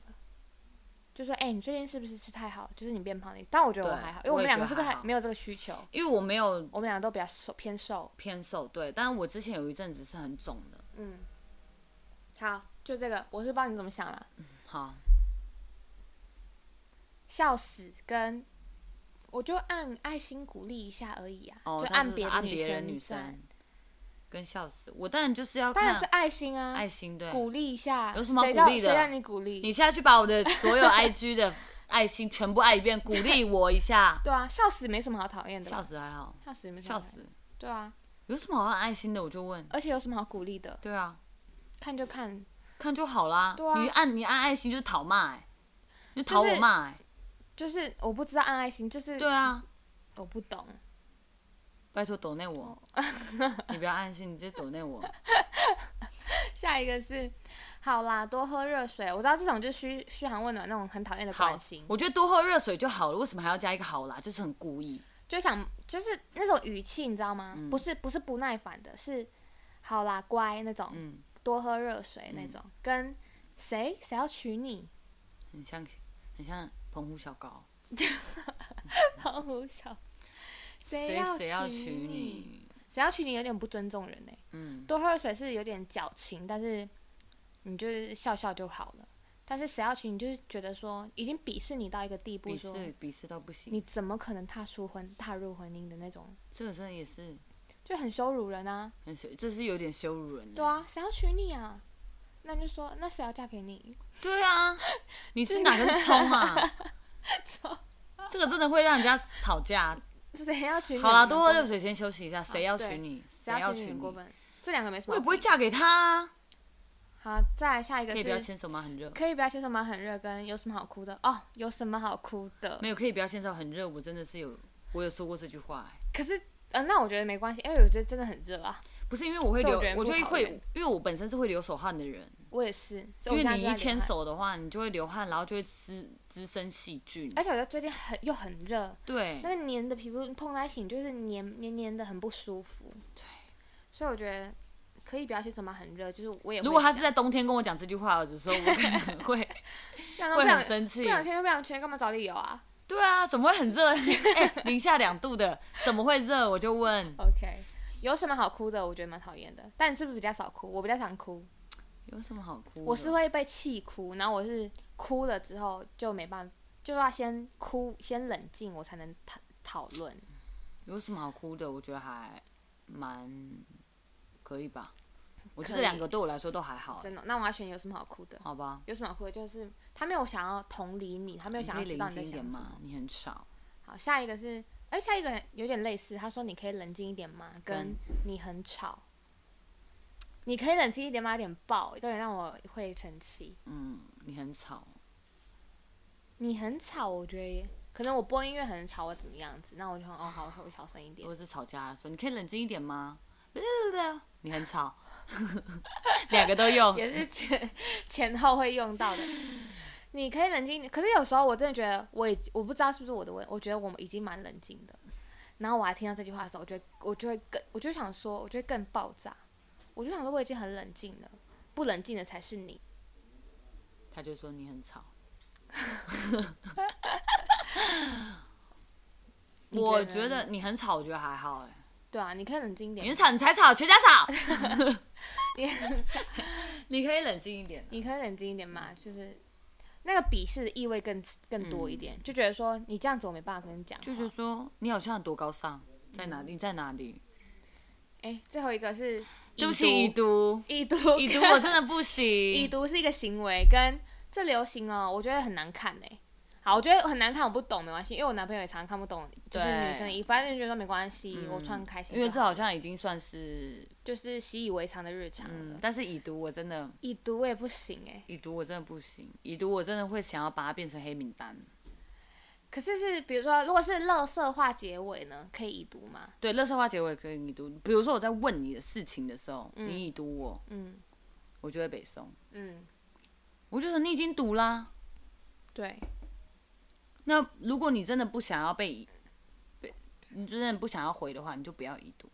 就说哎、你最近是不是吃太好？就是你变胖了，但我觉得我对还好，因为我我们也两觉个得是不是还还好没有这个需求？因为我没有我们两个都比较瘦，偏瘦。偏瘦，对，但我之前有一阵子是很肿的。嗯，好，就这个，我是不知道你怎么想啦。好，笑死跟，我就按爱心鼓励一下而已啊，哦，就他按是别的按女别人生女赞生，跟笑死我，当然就是要当然看是爱心啊，爱心，对，鼓励一下，有什么好谁鼓叫励的谁让你鼓励？你现在去把我的所有 IG 的爱心全部爱一遍，鼓励我一下。对啊，笑死没什么好讨厌的吧，笑死还好，笑死没什么笑好讨厌，死，对啊，有什么好按爱心的？我就问。而且有什么好鼓励的？对啊，看就看，看就好啦。对啊你按你按爱心就是讨骂、欸，你讨就我是骂、欸，就是我不知道按爱心，就是对啊，我不懂，拜托抖内我，哦 你不要按心，你就抖内 我。下一个是。好啦，多喝热水。我知道这种就是嘘嘘寒问暖那种很讨厌的好关心，，我觉得多喝热水就好了，为什么还要加一个好啦？就是很故意。就想就是那种语气，你知道吗？嗯不是不是不耐烦的，是好啦乖那种，嗯多喝热水那种，跟谁谁要娶你， 很像很像澎湖小高，澎湖小，谁谁要谁要娶娶你，你？谁要娶你有点不尊重人呢、欸嗯，多喝热水是有点矫情，但是你就是笑笑就好了。但是谁要娶你，就是觉得说已经鄙视你到一个地步鄙说视鄙视到不行，你怎么可能踏出婚踏入婚姻的那种，这个真的也是就很羞辱人啊。很羞，这是有点羞辱人对了。啊，谁要娶你啊？那你就说，那谁要嫁给你？对啊，你是哪根葱啊？这个真的会让人家吵架。 谁要娶你？好啦，多喝就热水，先休息一下。谁要娶你？啊谁谁要要娶娶你？你郭？本，这两个没什我么也好。不会嫁给他啊。好，再来下一个可是以不要牵手吗？很热。可以不要牵手吗？很热，跟有什么好哭的？哦，有什么好哭的？没有，可以不要牵手，很热。我真的是有，我有说过这句话、欸。可是，呃，那我觉得没关系，因为我觉得真的很热啊。不是因为我会所以流我觉得，我就不会讨会厌，因为我本身是会流手汗的人，我也是，所因为以我现你在就在一流牵汗，手的话，你就会流汗，然后就会滋滋生细菌。而且我觉得最近很又很热，对那，个黏的皮肤碰在一起，你就是黏黏黏的，很不舒服。对，所以我觉得可以不要写什么很热，就是我也会如果他是想在冬天跟我讲这句话的时候，我可能会 那会不很想生气不。想签就不想签，干嘛找理由啊对啊，怎么会很热？ 哎、零下两度的，怎么会热？我就问， ？OK，有什么好哭的？我觉得蛮讨厌的。但你是不是比较少哭？我比较常哭，有什么好哭的？我是会被气哭，然后我是哭了之后就没办法，就要先哭，先冷静，我才能讨讨论。有什么好哭的？我觉得还蛮可以吧。我觉可得这两以个对我来说都还好、欸真的，哦那我要选有什么好哭的？好吧？有什么好哭的？就是他没有想要同理你，他没有你想可要以知冷道你静在一想点什么嘛。，你很吵。好，下一个是，哎，下一个有点类似，他说你可以冷静一点吗？跟嗯你很吵，你可以冷静一点吗？有点爆，有点让我会生气。嗯，你很吵。你很吵，我觉得也可能我播音乐很吵，我怎么样子？那我就很哦好，我小声一如点。果是吵架的时候，你可以冷静一点吗？你很吵， 两个都用。也是前前后会用到的。你可以冷静一点，可是有时候我真的觉得我已经我不知道是不是我的问，我觉得我们已经蛮冷静的。然后我还听到这句话的时候，我觉得我就会更，我就想说，我就会更爆炸。我就想说我已经很冷静了，不冷静的才是你。他就说你很 吵。你我觉觉得呢得你很吵，我觉得还好哎、对啊，你可以冷静一你很点，吵，你才吵，全家吵。 你你可以冷静一点。 你可以冷静一点嘛，就是那个鄙视的意味更更多一点，就觉得说你这样子我没办法跟你讲话。就是说，你好像很多高尚，在哪里？在哪里？哎，最后一个是对不起，已已读，读，已读， 已读，我真的不行。已读是一个行为，跟这流行哦，我觉得很难看哎、好，我觉得很难看，我不懂没关系，因为我男朋友也常常看不懂，就是对女生的衣服，反正就觉得没关系，嗯我穿开心因就好，为这好像已经算是，就是习以为常的日常嗯了。，但是已读我真的，已读我也不行哎、已读我真的不行，已读我真的会想要把它变成黑名单。可是是比如说，如果是乐色化结尾呢，可以已读吗？对，乐色话结尾可以已读，比如说我在问你的事情的时候，你已读我，嗯我就会北送，嗯，我就说你已经读啦。对，那如果你真的不想要被已，被你真的不想要回的话，你就不要已读。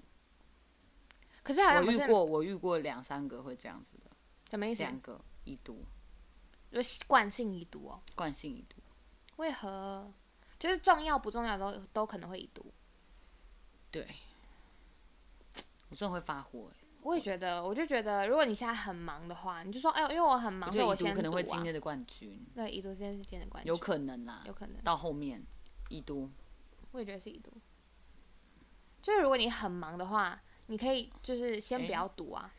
可是好我像不遇是过，我遇过两三个会这样子的，什么意思？两个已读，就惯性已读哦，惯性已读。为何？就是重要不重要都都可能会已读。对，我真的会发火、欸，我也觉得，我就觉得，如果你现在很忙的话，你就说，哎呦，因为我很忙，我所以觉得已我读先可能会读今啊天的冠军，对，已读这件事情的关系，有可能啦有，可能，到后面已读。我也觉得是已读。就是如果你很忙的话，你可以就是先不诶要读啊，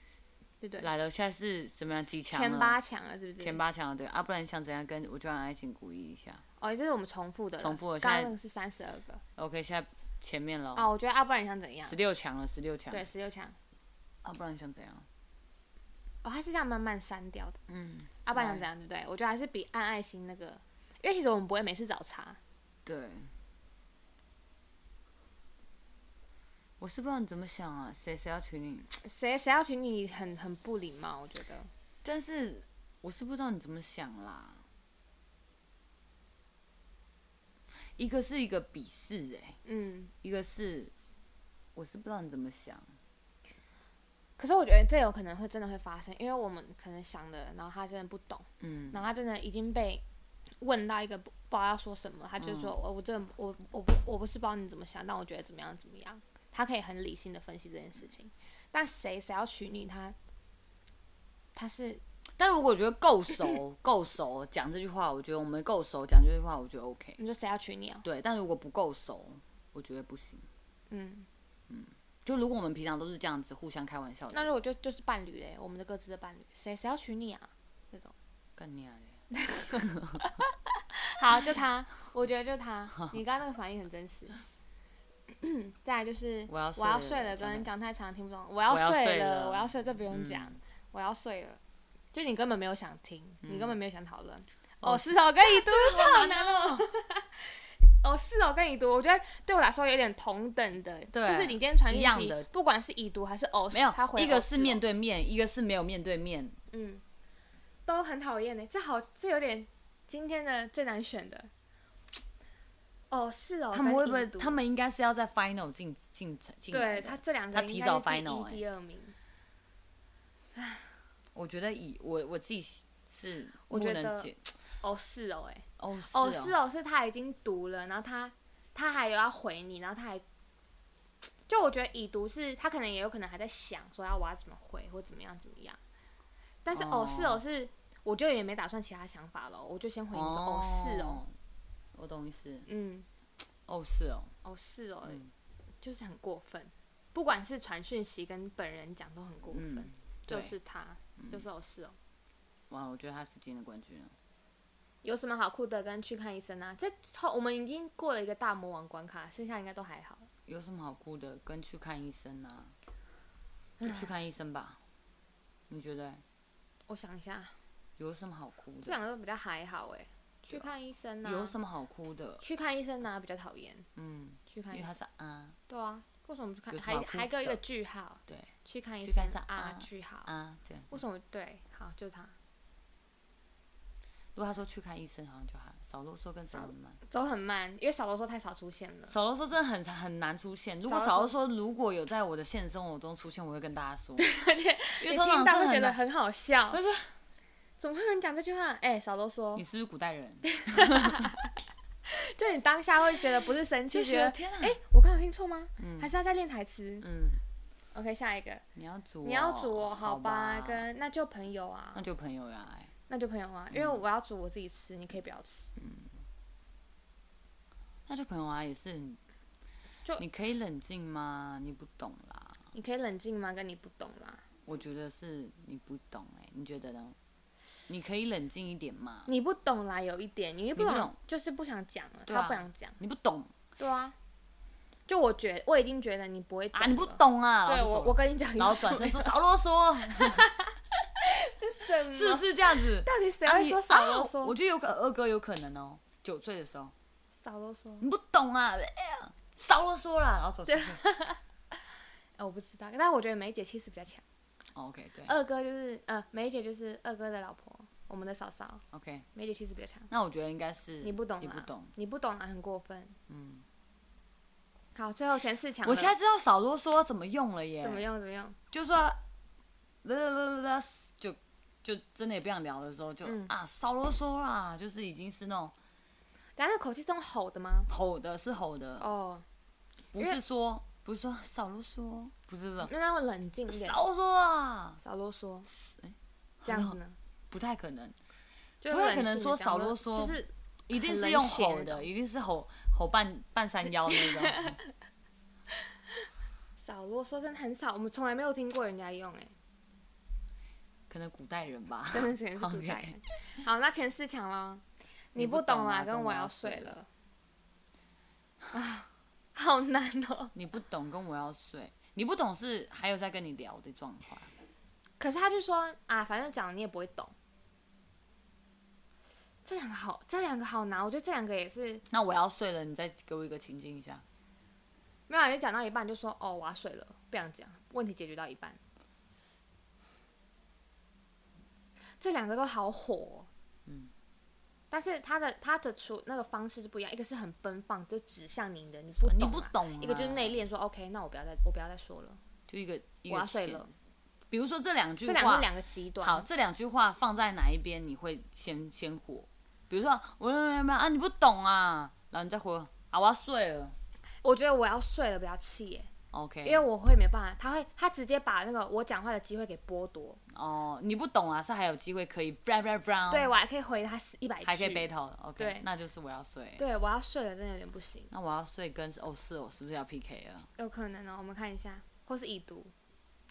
对不对？来了，现在是怎么样？几强前了八强了是不是？前八强了，对啊，不然想怎样跟我就让爱情鼓励一下。哦，这是我们重复的了，重复的刚现刚在那个是三十二个 OK，现在前面了，啊，我觉得啊，不然你想怎样十？六强了，十六强。对，十六强啊，不然想怎样？哦，它是这样慢慢删掉的，嗯，啊，不然想来怎样，对不对？我觉得还是比按爱心那个，因为其实我们不会每次找茬，对。我是不知道你怎么想啊，谁谁要娶你？谁谁要请你很很不礼貌，我觉得。但是我是不知道你怎么想啦。一个是一个鄙视、欸，嗯，一个是我是不知道你怎么想。可是我觉得这有可能会真的会发生，因为我们可能想的，然后他真的不懂，嗯，然后他真的已经被问到一个不不知道要说什么，他就说：“我、我真的我我不我不是不知道你怎么想，但我觉得怎么样怎么样。”他可以很理性的分析这件事情，但谁谁要娶你，他他是但如果我觉得够熟，够熟讲这句话，我觉得我们够熟讲这句话，我觉得 OK。你说谁要娶你啊？对，但如果不够熟，我觉得不行。嗯，就如果我们平常都是这样子互相开玩笑的，那如果就就是伴侣嘞，我们的各自的伴侣，谁谁要娶你啊？这种干你啊嘞！好，就他，我觉得就他，你刚刚那个反应很真实。 再来就是我要我要睡睡了了，真的跟讲太长听不懂。我要要睡睡了，了我要睡，这不用讲嗯，我要睡了。就你根本没有想听，你根本没有想讨论。嗯哦哦，是哦，跟已读好难哦。哦，是哦，跟已读，我觉得对我来说有点同等的，对就是你今天传一讯样的息，不管是已读还是哦，没有他，回一个哦是哦面对面，一个是没有面对面。嗯，都很讨厌呢。这好，这有点今天的最难选的。哦，是哦，他们跟会不会印？度他们应该是要在 final 进进程进来对的他这两个他应提该早是第 final 一欸第二名，我觉得以我我自己是我不觉能得接哦是哦哎，哦哦是是哦是他已经读了，然后他他还有要回你，然后他还就我觉得已读是他可能也有可能还在想说要我要怎么回或怎么样怎么样，但是哦是哦哦是我就也没打算其他想法了，我就先回你个哦是哦，，我懂意思，嗯哦是哦，哦是哦、嗯就是很过分，不管是传讯息跟本人讲都很过分，嗯，就对嗯是他就是哦是哦。哇，我觉得他是今天的冠军了，有什么好哭的？跟去看医生啊！这后我们已经过了一个大魔王关卡，剩下应该都还好。有什么好哭的？跟去看医生啊，就去看医生吧，你觉得我想一下，有什么好哭这的？两个都比较还好哎、去看医生啊，有什么好哭的？去看医生啊，比较讨厌。嗯，去因看为医他生，是啊对啊，为什么不去看？有什么还好哭还跟一个的句号，对去看医去看生医生啊啊句号，啊这样子为。什么对？好，就他如果他说去看医生，好像就还少啰嗦跟少很慢。走很慢，因为少啰嗦太少出现了。少啰嗦真的很很难出现。如果少少啰啰嗦如果有在我的现实生活中出现，我会跟大家说，而且因为你听通常是到会觉很得难。很好笑我，就说怎么会有人讲这句话？哎、少啰嗦你，是不是古代人？就你当下会觉得不是生就气，觉觉得得天啊哎、我刚有听错吗？嗯还是他在练台词嗯， ？OK，下一个，你要煮哦，你要煮我好好吧吧？跟那就朋友啊那，就朋友呀、哎那就朋友啊，因嗯为我要煮我自己吃，你可以不要吃。那就朋友啊，也是很，就你可以冷静吗？你不懂啦，你可以冷静吗？跟你不懂啦，我觉得是你不懂哎、你觉得呢？你可以冷静一点吗？你不懂啦，有一点，你又不你懂，不懂就是不想讲了，对啊他不想讲，你不懂对啊。就我觉我已经觉得你不会懂啊，你不了。懂啊，对然后就我，走了我跟你讲，然后你转身说少啰嗦， 这 是什么？是不是这样子？到底谁啊会你说少啰啊我嗦？觉得有可二哥有可能哦，九岁的时候少啰嗦？你不懂啊，哎呀少啰嗦啦，然后走出去。哎，我不知道，但我觉得梅姐气势比较强。哦 OK 对二哥就是呃，梅姐就是二哥的老婆，我们的嫂嫂， ，OK，梅姐气势比较强。那我觉得应该是你不懂，啊你不懂，，你不懂啊，很过分。嗯，好，最后前四强了，我现在知道少啰嗦怎么用了耶，怎么用？怎么用？就说，不不不不，就就真的也不想聊的时候就，嗯啊少啰嗦啦，就是已经是那种大家那口气是用吼的吗？吼的，是吼的，哦，不是说不是说少啰嗦，不是这种那让我冷静一点，少啰嗦啊，少啰嗦，哎这样子呢？不太可能，就不太可能说冷静地讲少啰嗦就是一定是冷用血吼那的，种一定是吼吼半半山腰那种， 少啰嗦，真的很少，我们从来没有听过人家用，哎，可能古代人吧。真的是是古代人。好，那前四强了，你不不懂懂啊跟跟我我要要睡睡了 啊，好难哦。你不懂，跟我要睡。你不懂是还有在跟你聊的状况，可是他就说啊，反正讲你也不会懂。这两个好，这两个好难，我觉得这两个也是那我要睡了，你再给我一个情境一下。没有，你讲到一半就说哦，我要睡了，不想讲，问题解决到一半。这两个都好火、哦，嗯，但是他的他的处那个方式是不一样，一个是很奔放，就指向你的，你不你懂啊、不懂啊、一个就是内敛，说 OK，那我不要再我不要再说了，就一个一我个要睡线了。比如说这两句这两个话是，两个极端，好，，这两句话放在哪一边你会先先火？比如说我啊你不懂啊，然后你再回啊我要睡了我觉得我要睡了，不要气耶， ，OK，因为我会没办法，他会他直接把那个我讲话的机会给剥夺，哦你不懂啊是还有机会可以 bra bra bra，对我还可以回他一百句，哦还可以 battle 的对，OK，那就是我要睡。对我要睡了，真的有点不行。那我要睡跟哦是哦是不是要 PK 了？有可能哦，我们看一下，或是已读，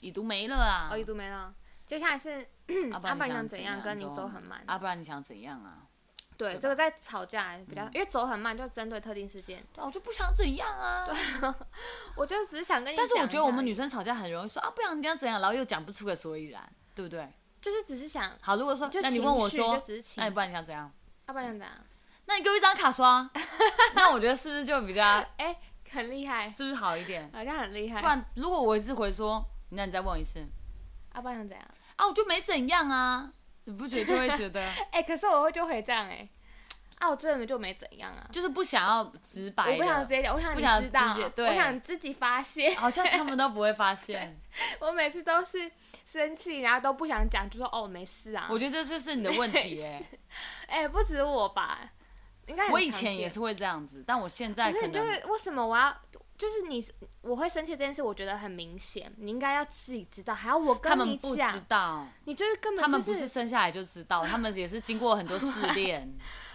已读没了啊，哦，已读没了。接下来是啊阿不然你爸想想怎怎样，样？跟你你走很慢。啊不然你想怎样啊？对，嗯对这个在吵架比较，因为走很慢就针对特定事件。对啊，我就不想怎样啊。我就只是想跟你讲但一是下而已，我觉得我们女生吵架很容易说啊不想怎样怎样，然后又讲不出个所以然，对不对？就是只是想，好，如果说就那你情问我绪说就，只是情那你不然你想怎样？阿爸啊想怎样？那你给我一张卡刷， 那我觉得是不是就比较哎，很厉害，是不是好一点？好像很厉害。不然如果我一次回说，那你再问我一次阿爸想怎样？啊 啊，我就没怎样啊，你不觉得就会觉得哎，可是我会就会这样哎，啊，我真的就没怎样啊，就是不想要直白的，我不想直接讲，我想不你想知道直接，对我想自己发泄。 好像他们都不会发现。我每次都是生气，然后都不想讲，就说哦没事啊。我觉得这就是你的问题 哎、哎、不止我吧，应该很我以常前也见是会这样子，但我现在可可是能你就是为什么我要，就是你我会生气这件事，我觉得很明显，你应该要自己知道，还要我他跟你们不知讲，道，你就是根他本们就不是生下来就知道，他们也是经过很多试 炼，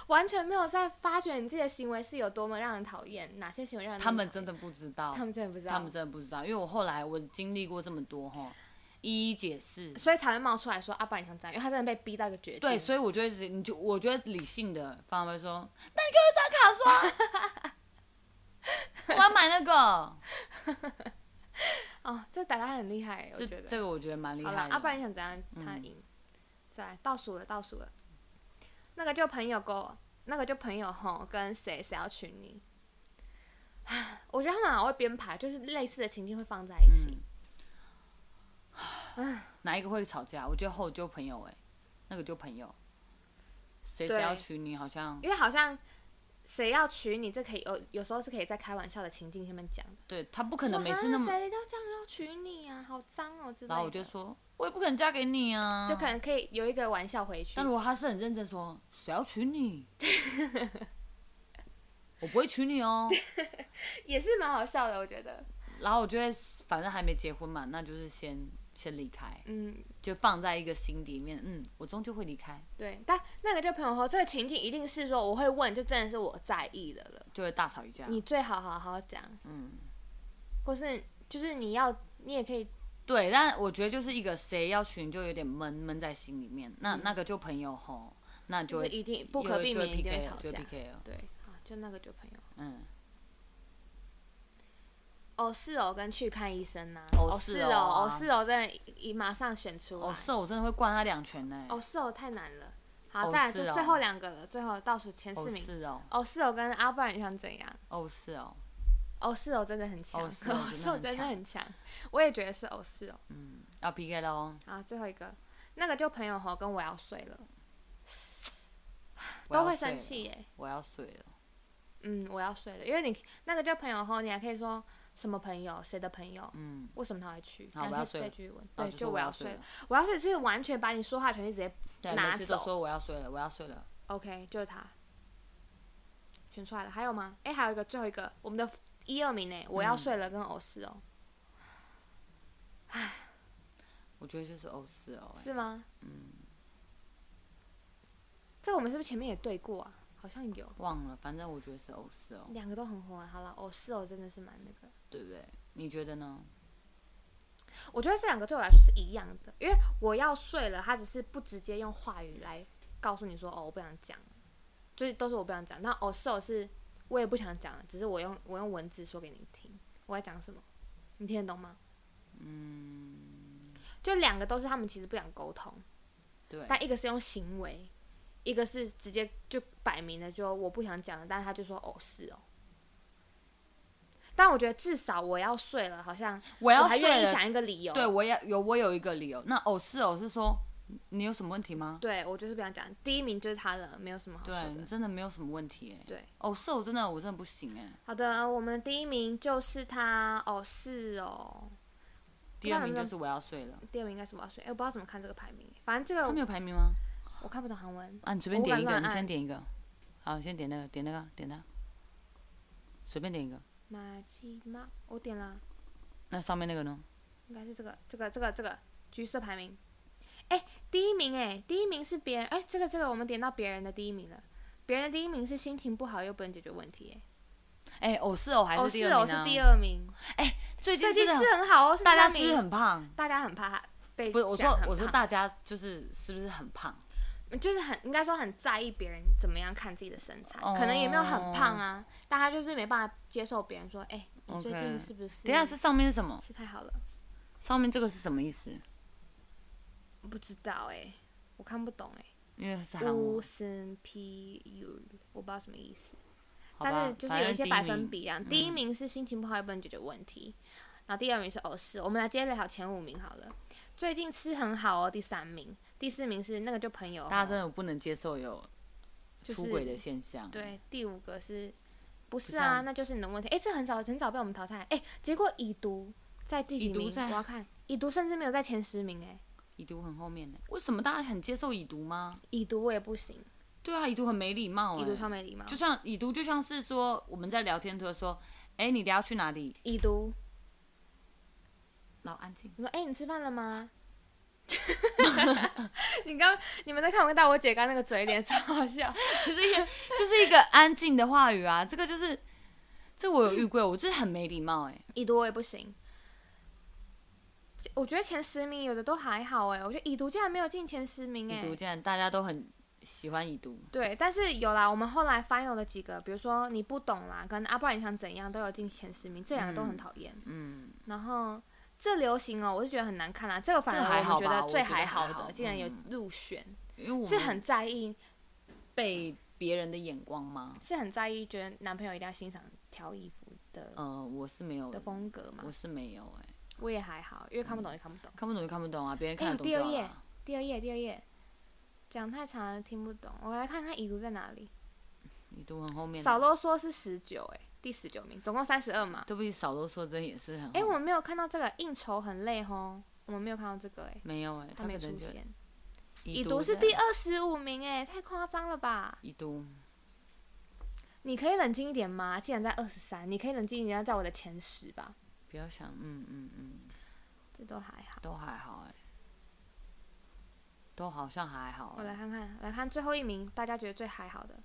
完全没有在发觉你自己的行为是有多么让人讨厌，哪些行为让人他们真的不知道他，们真的不知道，他们真的不知道，因为我后来我经历过这么多哈，一一解释。所以才会冒出来说啊，不然你想怎样？因为他真的被逼到一个绝境。对，所以我觉得你就我觉得理性的方会说，那你给我一张卡 刷，我要买那个。哦，这打他很厉害，我这觉得。这个我觉得蛮厉好了害，的。啊，不然你想怎样？他嗯赢。再来倒数了，倒数了。那个就朋友跟我，那个就朋友吼，跟谁谁要娶你。唉我觉得他们好像会编排，就是类似的情境会放在一起。嗯哪一个会吵架？我觉得后就朋友哎、那个就朋友，谁对谁要娶你好像因为好像谁要娶你，这可以有有时候是可以在开玩笑的情境下面讲的。对他不可能说每次啊那么，谁都这样要娶你啊，好脏哦之类的。然后我就说，我也不可能嫁给你啊。就可能可以有一个玩笑回去但。如果他是很认真说，谁要娶 你？我不会娶你哦。也是蛮好笑的，我觉得。然后我就会，反正还没结婚嘛，那就是先先离开，嗯，就放在一个心底里面。嗯，我终究会离开，对，但那个就朋友说，这个情境一定是说我会问，就真的是我在意的了。就会大吵一架。你最好好好讲，嗯，或是就是你要，你也可以，对，但我觉得就是一个谁要娶你就有点闷闷在心里面。那、那个就朋友吼，那就嗯就是会一定不可避免一定会吵就架。 PK 了。对，好，就那个就朋友。嗯，哦，是哦，跟去看医生呐、哦哦，是是哦啊哦，哦，是哦，真的一马上选出来。哦，是哦我真的会灌他两拳呢。哦，是哦，太难了。好，哦再来是就哦最后两个了，最后倒数前哦四名。是哦，哦，是哦，跟阿不然你想怎样？哦是哦，哦，是哦，真的很强。哦 是哦是哦，真的很真的强很强。我也觉得是哦，是哦。嗯，要 PK 了哦，好，最后一个，那个就朋友吼跟我要睡了，我都要会睡生了，气耶。我要睡了。嗯，我要睡了，因为你那个叫朋友吼，你还可以说什么朋友，谁的朋友，嗯，为什么他会去，好然后我要可以睡再了继续问，然对，后就说我我要睡睡了，，我要睡是完全把你说话权利直接对，拿每次都走说我要睡了，我要睡了。 OK，就是他选出来了，还有吗？哎，还有一个，最后一个，我们的一二名呢，我嗯要睡了跟偶是哦，我觉得就是哦是哦，哎是吗？嗯，这个我们是不是前面也对过啊？好像有，忘了，反正我觉得是哦是哦，两个都很红啊。好了，偶是哦，真的是蛮那个。对不对？你觉得呢？我觉得这两个对我来说是一样的，因为我要睡了，他只是不直接用话语来告诉你说哦，我不想讲，就是都是我不想讲。那哦，so 是我也不想讲了，只是我用我用文字说给你听，我要讲什么，你听得懂吗？嗯，就两个都是他们其实不想沟通，对，但一个是用行为，一个是直接就摆明了就我不想讲了，但是他就说哦是哦。但我觉得至少我要睡了，好像我要还愿睡意了，想一个理由，对我也有我有一个理由。那哦是哦是说你有什么问题吗？对我就是不想讲，第一名就是他了，没有什么好说对你的。真的没有什么问题哎。对，哦是哦真的我真的不行哎。好的，我们第一名就是他哦，是哦，第二名那就是我要睡了。第二名应该是我要睡，哎，我不知道怎么看这个排名，反正这他个们有排名吗？我看不懂韩文。啊，你随便点一我个，敢你乱按先点一个。好，你先点那个，点那个，点它，随便点一个。马吉马，我点了，那上面那个呢？应该是这个，这个，这个，这个橘色排名。哎，第一名哎，第一名是别人哎，这个这个我们点到别人的第一名了，别人的第一名是心情不好又不能解决问题哎，哎，偶是偶还哦是第是二哦名是啊？第二名，最近真最近的很是很好哦，是大家是不第三是名很胖？大家很怕被不是，我讲说很我说胖大家就是是不是很胖？就是很应该说很在意别人怎么样看自己的身材，哦可能也没有很胖啊，但他就是没办法接受别人说，哎、你最 OK 近是不是等一下是上面是什么？吃太好了？上面这个是什么意思？不知道哎、我看不懂哎、因为是欸，韩乌文，森 P U，我不知道什么意思，好吧但是就是有一些百分。比啊，嗯第一名是心情不好也不能解决问题，然后第二名是偶是，我们来接着聊前五名好了，最近吃很好哦，第三名，第四名是那个就朋友哦，反正第一名大家真的不能接受有就是出轨的现象。，对，第五个是不是是啊？啊那就是你的问题。哎、这很少很少被我们淘汰。哎、结果已读在第几已读名？在我要看已读，甚至没有在前十名、哎，已读很后面呢、为什么大家很接受已读吗？已读我也不行，对啊，已读很没礼貌、欸。已读超没礼貌。就像已读，就像是说我们在聊天的时候说，哎、你等下去哪里？已读，老安静。你说哎、你吃饭了吗？ 你刚你们在看我跟大我姐刚刚那个嘴脸，超好笑。可是一个 就是一个安静的话语啊，这个就是，这我有遇过，我这很没礼貌哎、 已读我也不行。我觉得前十名有的都还好哎、我觉得已读竟然没有进前十名哎、已读竟然大家都很喜欢已读，对，但是有啦，我们后来 final 的几个，比如说你不懂啦，跟阿爸你想怎样，都有进前十名，这两个都嗯很讨厌。嗯，然后这流行哦，我就觉得很难看啦，这个反这而还我好们觉吧得我最觉得还还好的，好竟然有嗯入选，因为我是们很在意，被别人的眼光吗？是很在意，觉得男朋友一定要欣赏挑衣服的、呃，我是没有的，风格嘛我。嗯是没有哎、我也还好，因为看不懂就看不懂。看不懂就看不懂啊，别人看得哎有懂第二就好页了。第二页，第二页，讲太长了听不懂，我来看看已读在哪里。已读很后面啊，少啰嗦是十九，哎，第十九名，总共三十二嘛。对不起，少啰嗦，真也是很后哎、面。我们没有看到这个应酬很累吼，我们没有看到这个哎、没有哎、他它可没有出能就现。已已读是在第二十五名哎、太夸张了吧？已读，你可以冷静一点吗？既然在二十三，你可以冷静一点，要在我的前十吧。不要想，嗯嗯嗯，这都还好。都还好哎、都好像还好我欸、来看看，来看最后一名，大家觉得最还好的，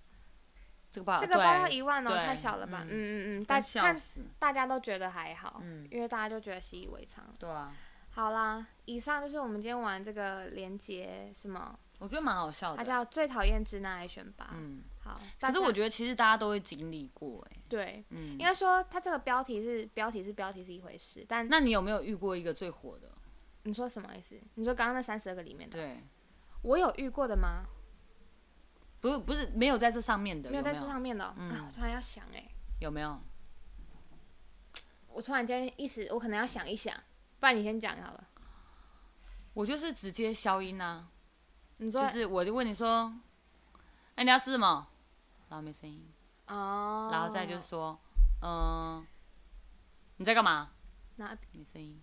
这个吧，这个包要啊对一万哦，对太小了吧？嗯嗯嗯嗯，大但笑看死，大家都觉得还好，嗯，因为大家就觉得习以为常。对啊，好啦，以上就是我们今天玩这个连接什么，我觉得蛮好笑它的，叫最讨厌直男癌选拔。嗯，好，可但是我觉得其实大家都会经历过、欸，哎，对，嗯应，该说它这个标题是标题是标题是一回事，但那你有没有遇过一个最火的？你说什么意思？你说刚刚那三十二个里面的，对，我有遇过的吗？不是不是没有在这上面的，没有有在没这上面的哦、嗯啊！我突然要想哎、有没有？我突然间一时，我可能要想一想，不然你先讲好了。我就是直接消音啊，你说、就是我就问你说，哎、你要吃什么？然后没声音，哦，然后再就是说，嗯、你在干嘛？ 那没声音，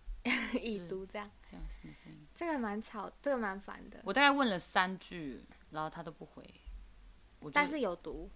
已读这样，这样是没声音。这个蛮吵，这个蛮烦的，我大概问了三句，然后他都不回，我就但是有毒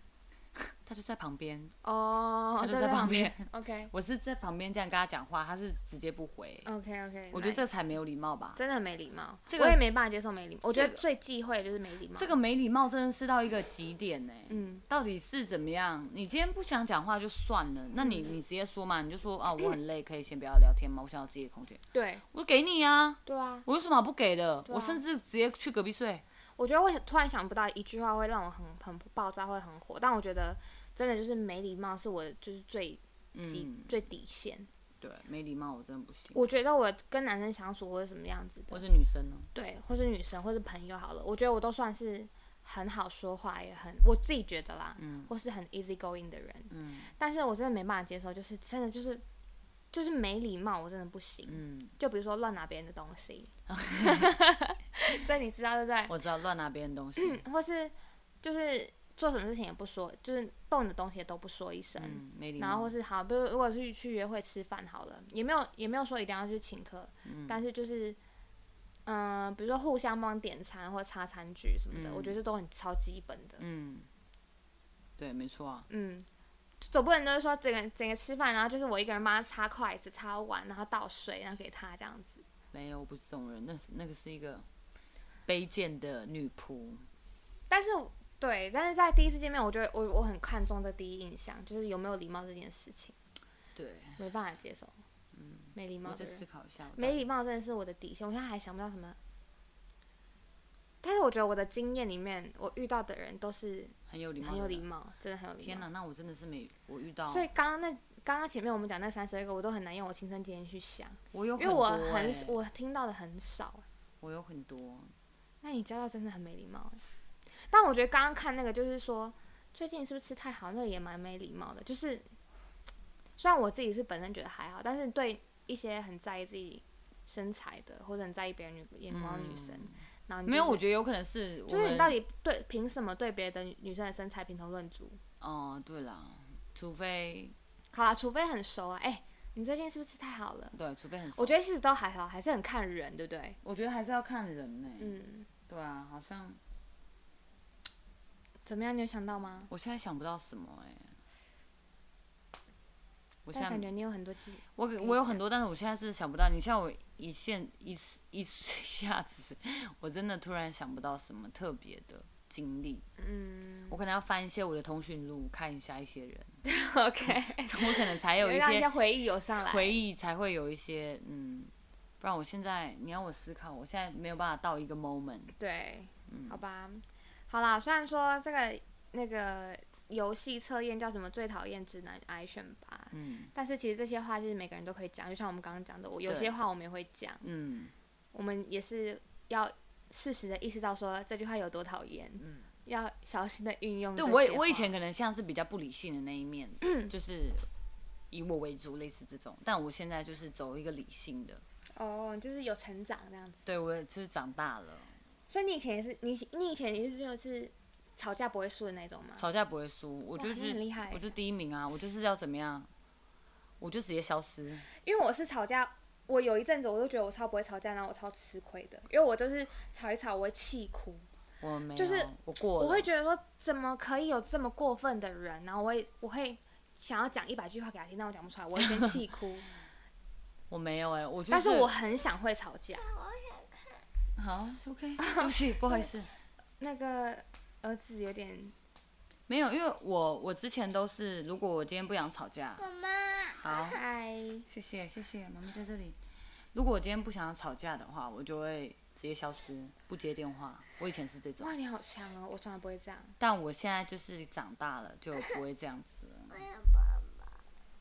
他就在旁边，哦，他就对在旁。对边， 对 OK 我是在旁边这样跟他讲话，他是直接不回， OK OK，我觉得这才没有礼貌吧。真的很没礼貌，这个我也没办法接受没礼貌。我觉这得个最忌讳的就是没礼貌。这个没礼貌真的是到一个极点呢、嗯，到底是怎么样？你今天不想讲话就算了，那嗯你你直接说嘛，你就说啊 我很累，可以先不要聊天吗？我想要自己的空间，对我就给你啊，对啊，我有什么好不给的？啊我甚至直接去隔壁睡。我觉得我突然想不到一句话会让我很很爆炸，会很火。但我觉得真的就是没礼貌是我就是最极、嗯，最底线。对，没礼貌我真的不行。我觉得我跟男生相处或者什么样子或的，者女生哦呢？对，或是女生或是朋友好了，我觉得我都算是很好说话，也很我自己觉得啦，嗯或是很 easy going 的人。嗯但是我真的没办法接受，就是真的就是就是没礼貌，我真的不行。嗯，就比如说乱拿别人的东 西， 这你知道对不对？我知道乱拿别人东西。或是就是做什么事情也不说，就是动你的东西也都不说一声。嗯，没礼貌。然后或是好，比如如果是去约会吃饭好了，也没有也没有说一定要去请客，但是就是，嗯、比如说互相帮点餐或擦餐具什么的，我觉得这都很超基本的。嗯，对，没错啊。嗯，总不能就是说整个整个吃饭，然后就是我一个人帮他擦筷子、擦碗，然后倒水，然后给他这样子。没有，我不是这种人，那是那个是一个卑贱的女仆。但是对，但是在第一次见面，我觉得我我很看重这第一印象，就是有没有礼貌这件事情，对，没办法接受。嗯，没礼貌我的再人思考一下。没礼貌真的是我的底线，我现在还想不到什么。但是我觉得我的经验里面，我遇到的人都是很有礼貌，很有礼。貌，真的很有礼天貌。哪，那我真的是没我遇到，所以刚刚那刚刚前面我们讲那三十二个，我都很难用我亲身经验去想，我有因很为我多很欸我听到的很少。我有很多，那你交到真的很没礼貌欸。但我觉得刚刚看那个就是说，最近是不是吃太好，那个也蛮没礼貌的。就是虽然我自己是本身觉得还好，但是对一些很在意自己身材的或者很在意别人眼光的女生，然后你、嗯就是、没有，我觉得有可能是我就是你们到底对凭什么对别的女生的身材评头论足？哦，对啦，除非好啦，除非很熟啊。哎、你最近是不是吃太好了？对，除非很熟，我觉得其实都还好，还是很看人，对不对？我觉得还是要看人呢、嗯，对啊，好像怎么样？你有想到吗？我现在想不到什么哎、我现但感在觉你有很多记，我给我有很多，但是我现在是想不到。你像我一现一时一时 一下子，我真的突然想不到什么特别的经历。 嗯我可能要翻一些我的通讯录，看一下一些人， ，OK， 我可能 才有一哎让一些些回忆游上来。回忆，才会有一些嗯。不然我现在你要我思考，我现在没有办法到一个 moment。对，嗯好吧，好啦，虽然说这个那个游戏测验叫什么最讨厌直男癌选拔，嗯但是其实这些话就是每个人都可以讲，就像我们刚刚讲的，我有对些话我们也会讲，嗯，我们也是要适时的意识到说这句话有多讨厌，嗯要小心的运用这对些话。嗯我也我以前可能像是比较不理性的那一面， 就是以我为主，类似这种。但我现在就是走一个理性的，哦，就是有成长这样子，对我就是长大啊了，所以你以前也是你你以前也是就是吵架不会输的那种吗？吵架不会输，我哇就你很是厉害欸我，就第一名啊，我就是要怎么样，我就直接消失。因为我是吵架，我有一阵子我都觉得我超不会吵架，然后我超吃亏的，因为我就是吵一吵我会气哭，我没有，就是我过我了，会觉得说怎么可以有这么过分的人，然后我会我会想要讲一百句话给他听，但我讲不出来，我会先 气哭，我没有哎、我就是但是我很想会吵架。 好 OK，对不起，不好意思，那个儿子有点没有，因为我我之前都是，如果我今天不想吵架，妈妈。好，嗨，谢谢谢谢，妈妈在这里。如果我今天不想要吵架的话，我就会直接消失，不接电话。我以前是这种哇，，你好强哦，我从来不会这样。但我现在就是长大了，就不会这样子了。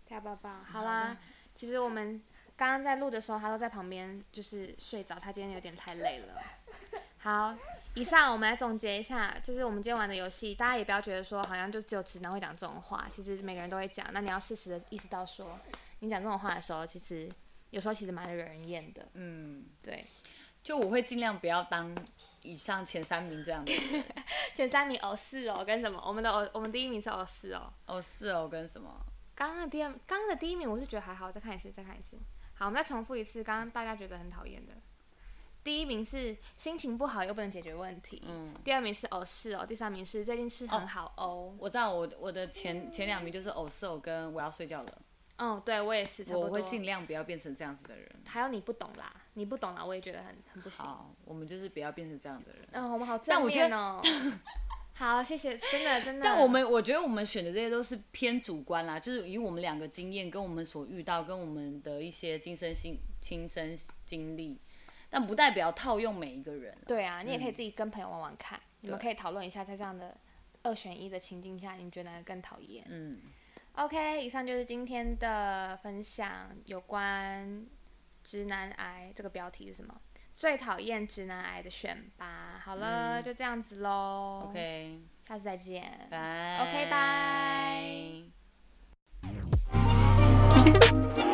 大爸爸，好啦，其实我们刚刚在录的时候，他都在旁边就是睡着，他今天有点太累了。好，以上我们来总结一下，就是我们今天玩的游戏，大家也不要觉得说好像就只有直男会讲这种话，其实每个人都会讲。那你要适时的意识到说，你讲这种话的时候，其实有时候其实蛮惹人厌的。嗯，对，就我会尽量不要当以上前三名这样子。前三名哦是哦跟什么？我们的哦我们第一名是哦是哦。哦，是哦，跟什么？刚刚的第二，刚刚的第一名我是觉得还好，再看一次，再看一次。好，我们再重复一次，刚刚大家觉得很讨厌的。第一名是心情不好又不能解决问题，嗯第二名是哦是哦，第三名是最近吃很好哦。我知道我我的前前两名就是偶是偶跟我要睡觉了，嗯，对我也是，差不多。我会尽量不要变成这样子的人。还有你不懂啦，你不懂啦，我也觉得很很不行。好，我们就是不要变成这样的人。嗯，我们好但正我觉面得 哦。好，谢谢，真的真的。但我们我觉得我们选的这些都是偏主观啦，就是以我们两个经验跟我们所遇到跟我们的一些亲身经亲身经历，但不代表套用每一个人。对啊，你也可以自己跟朋友玩玩看，你嗯们对可以讨论一下，在这样的二选一的情境下，你觉得哪个更讨厌？嗯， OK，以上就是今天的分享，有关直男癌这个标题是什么？最讨厌直男癌的选拔。好了，就这样子喽。 OK，下次再见。拜。 OK，拜。